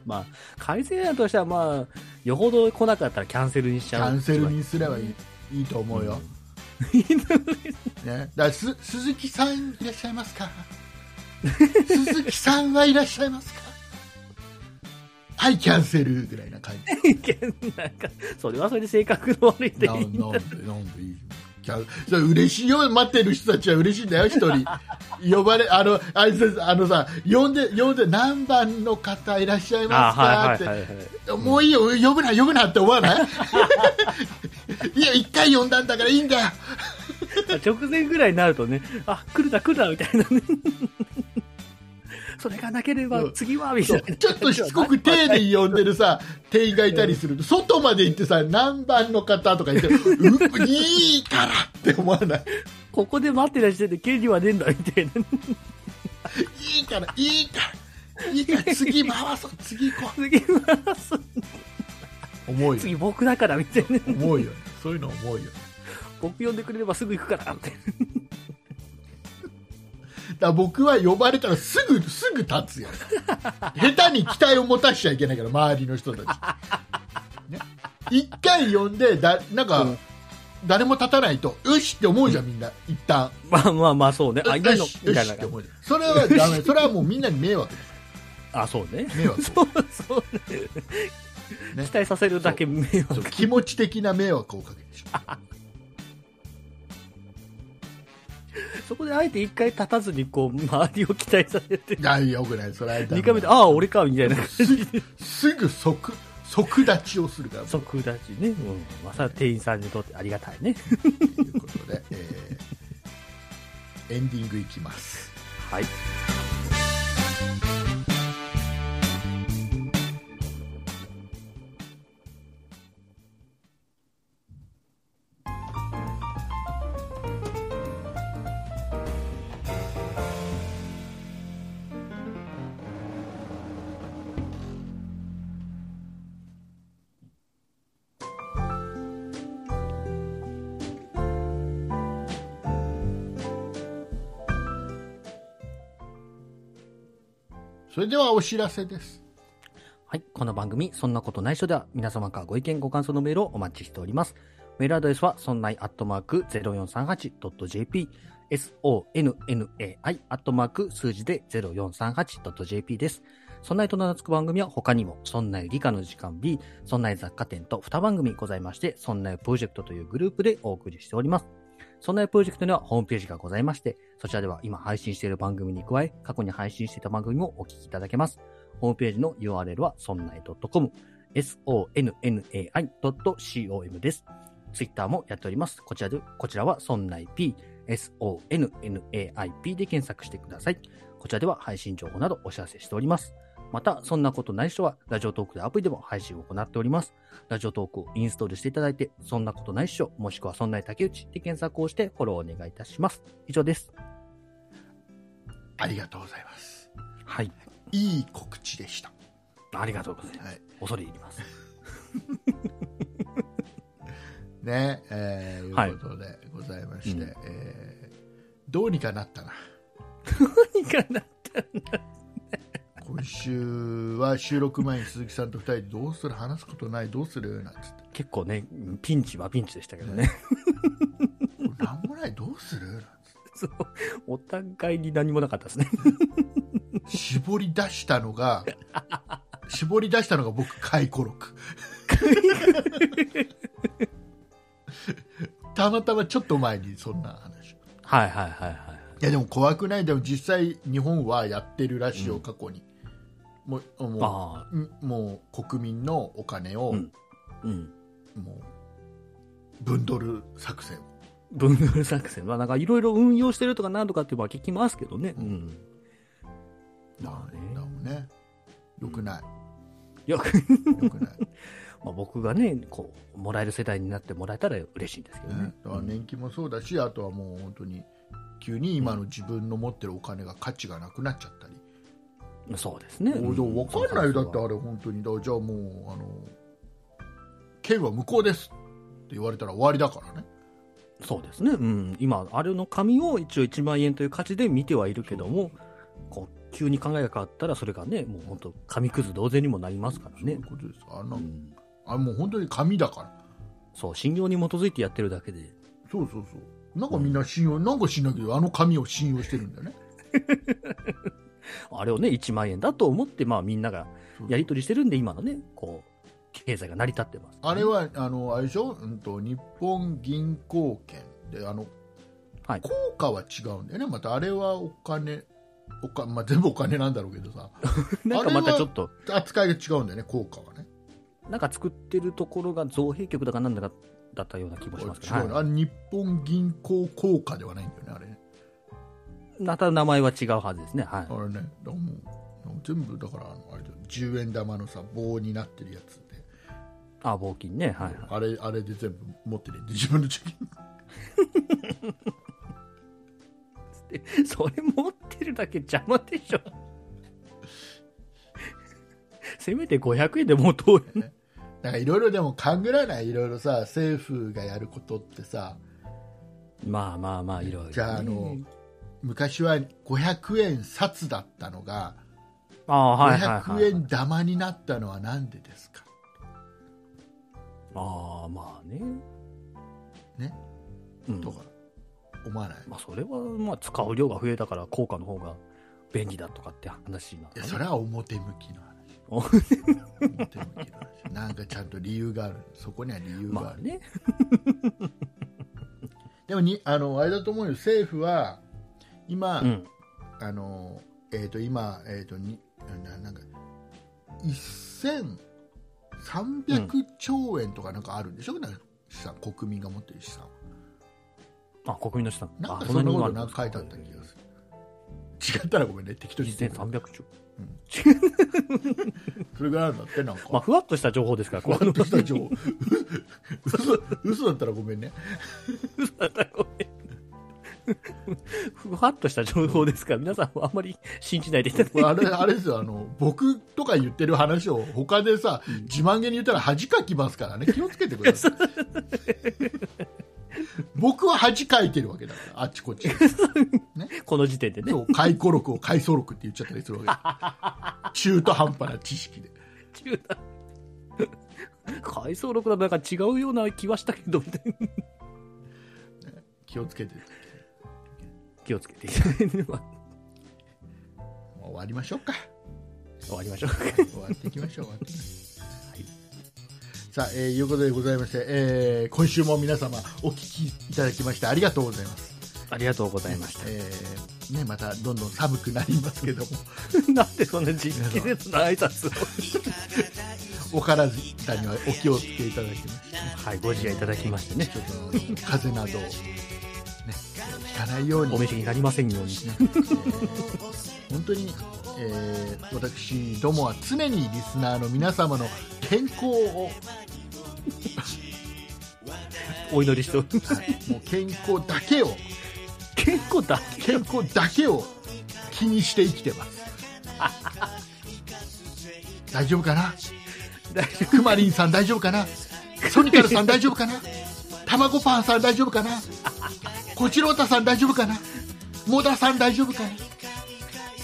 Speaker 3: まあ、改善案としては、まあ、よほど来なかったらキャンセルにしち
Speaker 2: キ
Speaker 3: ゃう。
Speaker 2: ャンセルにすればいいいいと思うよ、ね、だからす鈴木さんいらっしゃいますか鈴木さんはいらっしゃいますかはいキャンセルぐらいな感じ
Speaker 3: いけんなんか、それはそれで性格の悪いって
Speaker 2: ななんでなんでいいキャンそれ嬉しいよ待ってる人たちは嬉しいんだよ一人呼ばれあのあいつあのさ呼んで呼んで何番の方いらっしゃいますか
Speaker 3: あ
Speaker 2: っ
Speaker 3: ー
Speaker 2: て
Speaker 3: はいはいはいはい。
Speaker 2: もういいよ、呼ぶな、呼ぶなって思わない <laughs> いや、一回呼んだんだからいいんだよ。
Speaker 3: まあ直前ぐらいになるとね、あ、来るな来るなみたいなね。 <laughs> それがなければ次は、みた
Speaker 2: そ
Speaker 3: いうな。
Speaker 2: ちょっとしつこく丁寧に呼んでるさ、店員がいたりすると、外まで行ってさ、何番の方とか言って、ういいからって思わない。
Speaker 3: ここで待ってらっしゃって権利はねえんだ、みたいな。
Speaker 2: いいから、いいから、いいから、次回そう、次行こ
Speaker 3: 次は、そう
Speaker 2: う。思うよ。
Speaker 3: 次僕だから、みたいな。
Speaker 2: 思うよ。そういうの思うよ。
Speaker 3: 僕呼んでくれればすぐ行くから、みたいな。
Speaker 2: だから僕は呼ばれたらすぐ、すぐ立つよ。下手に期待を持たしちゃいけないから、周りの人 <laughs> たち。ね一回呼んで、だ、なんか、
Speaker 3: うん
Speaker 2: 誰も立たないと、よしって思うじゃん、みんな。一旦。
Speaker 3: まあまあまあ、そうね。あ、いな
Speaker 2: よ
Speaker 3: いの
Speaker 2: し、、
Speaker 3: み
Speaker 2: よ
Speaker 3: たい
Speaker 2: し
Speaker 3: な
Speaker 2: って。思うじゃん。それはダメ。それはもうみんなに迷惑です。
Speaker 3: あ、そうね。
Speaker 2: 迷惑。そ
Speaker 3: そう、そうね。
Speaker 2: ね
Speaker 3: 期待させるだけ迷惑
Speaker 2: う。気持ち的な迷惑をかけてしまう。
Speaker 3: そこであえて一回立たずに、こう、周りを期待させて、
Speaker 2: いや、よくない。それはダメ
Speaker 3: 二回目で、ああ、俺か、みたい <laughs> な感じです
Speaker 2: ぐ即、即立ちをするから。
Speaker 3: 即立ちね。うん。まあ、それは店員さんにとってありがたいね。
Speaker 2: ということで、えーエンディングいきます。
Speaker 3: はい。
Speaker 2: それではお知らせです。
Speaker 3: はい。この番組、そんなことないっしょでは、皆様からご意見、ご感想のメールをお待ちしております。メールアドレスは、そんないアットマーク 0438.jp、sonnai アットマーク数字で 0438.jp です。そんないと名の付く番組は他にも、そんない理科の時間 B、そんない雑貨店と2番組ございまして、そんないプロジェクトというグループでお送りしております。そんないプロジェクトにはホームページがございまして、そちらでは今配信している番組に加え、過去に配信していた番組もお聞きいただけます。ホームページの URL は sonnai.com、sonnai.com です。ツイッターもやっております。こちらで、こちらは sonnaip、sonnaip で検索してください。こちらでは配信情報などお知らせしております。また、そんなことない人は、ラジオトークでアプリでも配信を行っております。ラジオトークをインストールしていただいて、そんなことないっしょ、もしくはそんない竹内で検索をしてフォローお願いいたします。以上です。
Speaker 2: ありがとうございます。
Speaker 3: はい。
Speaker 2: いい告知でした。
Speaker 3: ありがとうございます。
Speaker 2: はい
Speaker 3: 恐れ入ります。
Speaker 2: ね、えー、
Speaker 3: はい
Speaker 2: いうことでございまして、
Speaker 3: うん
Speaker 2: えーどうにかなったな。
Speaker 3: いかな
Speaker 2: 今週は収録前に鈴木さんと二人でどうする話すことないどうするなんつ
Speaker 3: <laughs>
Speaker 2: って
Speaker 3: 結構ね、ピンチはピンチでしたけどね。
Speaker 2: これなんもないどうするなんつっ
Speaker 3: そう。 <laughs> お互いに何もなかったですね。
Speaker 2: て絞り出したのが <laughs> 絞り出したのが僕回顧
Speaker 3: <laughs>
Speaker 2: 録たまたまちょっと前にそんな話
Speaker 3: <laughs> はいはいはいはい
Speaker 2: やでも怖くないでも実際日本はやってるらしいよ、過去にもう
Speaker 3: い。
Speaker 2: も
Speaker 3: ああ、
Speaker 2: うもう国民のお金を、
Speaker 3: うんうん。
Speaker 2: もう分取る作戦
Speaker 3: 分類作戦は、なんかいろいろ運用してるとかなんとかっていうのは聞きますけどね。うん。ま
Speaker 2: な
Speaker 3: あね
Speaker 2: だもんねよくない
Speaker 3: いや、
Speaker 2: よく <laughs> ない、
Speaker 3: <laughs> まあ、僕がね、こう、もらえる世代になってもらえたら嬉しいんですけど
Speaker 2: ね
Speaker 3: ね。、
Speaker 2: だから年金もそうだしあとはもう本当に急に今の自分の持ってるお金が価値がなくなっちゃったり、
Speaker 3: うんそうですね。
Speaker 2: おでも
Speaker 3: う
Speaker 2: 分かんないよだって
Speaker 3: そうそう
Speaker 2: あれ本当にだからじゃあもうあの県は無効ですって言われたら終わりだからね
Speaker 3: そうですね、うん、今、あれの紙を一応1万円という価値で見てはいるけども、こう急に考えが変わったら、それがね、もう本当、紙くず同然にもなりますから
Speaker 2: そうい
Speaker 3: ね
Speaker 2: う、ことですあん
Speaker 3: う
Speaker 2: な、
Speaker 3: ん、
Speaker 2: あれもう本当に紙だから
Speaker 3: そう、信用に基づいてやってるだけで、
Speaker 2: そうそうそうなんかみんな信用、なんか知んないけどあの紙を信用してるんだよね
Speaker 3: あれをね、1万円だと思って、まあ、みんなが
Speaker 2: そう
Speaker 3: やり取りしてるんで、今のね、こう、経済が成り立ってます、
Speaker 2: あれ、はあのあれでしょ、うん、と日本銀行券であの、
Speaker 3: はい
Speaker 2: 効果は違うんだよねまたあれはお金おか、まあ、全部お金なんだろうけどさ <laughs>
Speaker 3: なんかまたちょっと、
Speaker 2: 扱いが違うんだよね効果はね
Speaker 3: なんか作ってるところが造幣局だかなんだかだったような気もしますけど、
Speaker 2: 違うの
Speaker 3: は
Speaker 2: あれ日本銀行効果ではないんだよねあれね
Speaker 3: い、また名前は違うはずですね、はい
Speaker 2: あ。れねだからもうもう全部だからあのあれだよ10円玉のさ棒になってるやつで、
Speaker 3: あ、募金ね、はい、はい。
Speaker 2: あれあれで全部持ってるんで自分の貯金 <laughs>
Speaker 3: <laughs> それ持ってるだけ邪魔でしょ。 <laughs> せめて500円でもう通る。
Speaker 2: なんかいろいろでも勘ぐらないいろいろさ政府がやることってさ
Speaker 3: まあまあまあ、いろいろ、
Speaker 2: じゃああの昔は500円札だったのが
Speaker 3: ああ、はいはいはい、
Speaker 2: 500円玉になったのはなんでですか、
Speaker 3: ああ、まあね。
Speaker 2: ね
Speaker 3: うん。
Speaker 2: とか思わない
Speaker 3: まあ、それは、まあ、使う量が増えたから、効果の方が便利だとかって話なのか
Speaker 2: い
Speaker 3: な
Speaker 2: やそれは表向きの話
Speaker 3: 表
Speaker 2: 表向きの
Speaker 3: <laughs>
Speaker 2: 話なんかちゃんと理由があるそこには理由がある、
Speaker 3: まあね。
Speaker 2: でもにあのあれだと思うよ政府は今、
Speaker 3: うん。
Speaker 2: あのえっ、と今えっ、とにななんか1300兆円とかなんかあるんでしょ、なんか資産国民が持ってる資産
Speaker 3: あ、国民の資産。
Speaker 2: なん
Speaker 3: あ
Speaker 2: かそんなことなん
Speaker 3: の
Speaker 2: か書いてあった気がする違ったらごめんね適当に言ってる
Speaker 3: 1300兆。
Speaker 2: それぐらいあるんだってなんか、
Speaker 3: まあ、ふわっとした情報ですから、
Speaker 2: ふわっとした情報嘘嘘だったらごめんね
Speaker 3: ふわっとした情報ですから、皆さんはあんまり信じないでいただいて
Speaker 2: これあれあれですよあの僕とか言ってる話を他でさ、自慢げに言ったら恥かきますからね気をつけてください僕は恥かいてるわけだからあっちこっち <laughs>
Speaker 3: この時点でね <laughs>
Speaker 2: そ。う回顧録を回想録って言っちゃったりするわけ中途半端な知識で
Speaker 3: 中断回想録だとなんか違うような気はしたけど、みたいな。
Speaker 2: 気をつけて
Speaker 3: 気をつけていただいて、 <laughs> まあ
Speaker 2: もう終わりましょうか
Speaker 3: 終わり
Speaker 2: <laughs>
Speaker 3: ましょう。
Speaker 2: 終わっていきましょう終わっていきましょうさあ、えーいうことでございまして、えー今週も皆様お聞きいただきましてありがとうございます
Speaker 3: ありがとうございまし
Speaker 2: <laughs> えーね、またどんどん寒くなりますけども
Speaker 3: た。なんでそんな実季節の挨拶
Speaker 2: <laughs>
Speaker 3: を。
Speaker 2: お体にはお気をつけいただきまして
Speaker 3: はい、ご自愛いただきましてね。
Speaker 2: ちょっとあの風邪など、ね、ひかないように、
Speaker 3: お召しになりませんように。
Speaker 2: えー本当に、えー私どもは常にリスナーの皆様の健康を、
Speaker 3: お祈りしており <laughs> ます。
Speaker 2: はいもう健康だけを
Speaker 3: 健康だけ。
Speaker 2: 健康だけを気にして生きてます大丈夫かな
Speaker 3: 大丈
Speaker 2: くまりんさん大丈夫かなソニカルさん大丈夫かなたまごパンさん大丈夫かなこちろうたさん大丈夫かなもださん大丈夫かな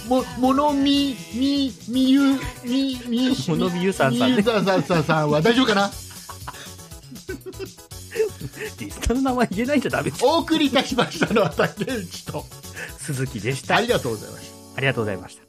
Speaker 2: もものみみみゆみみ
Speaker 3: ものみゆさんさん
Speaker 2: み
Speaker 3: ね
Speaker 2: ゆさんさんさんさんは大丈夫かな
Speaker 3: 夫リストの名前言えないんじゃダメです。
Speaker 2: お送りいたしましたのは竹内と
Speaker 3: 鈴木でした。
Speaker 2: ありがとうございました
Speaker 3: ありがとうございました。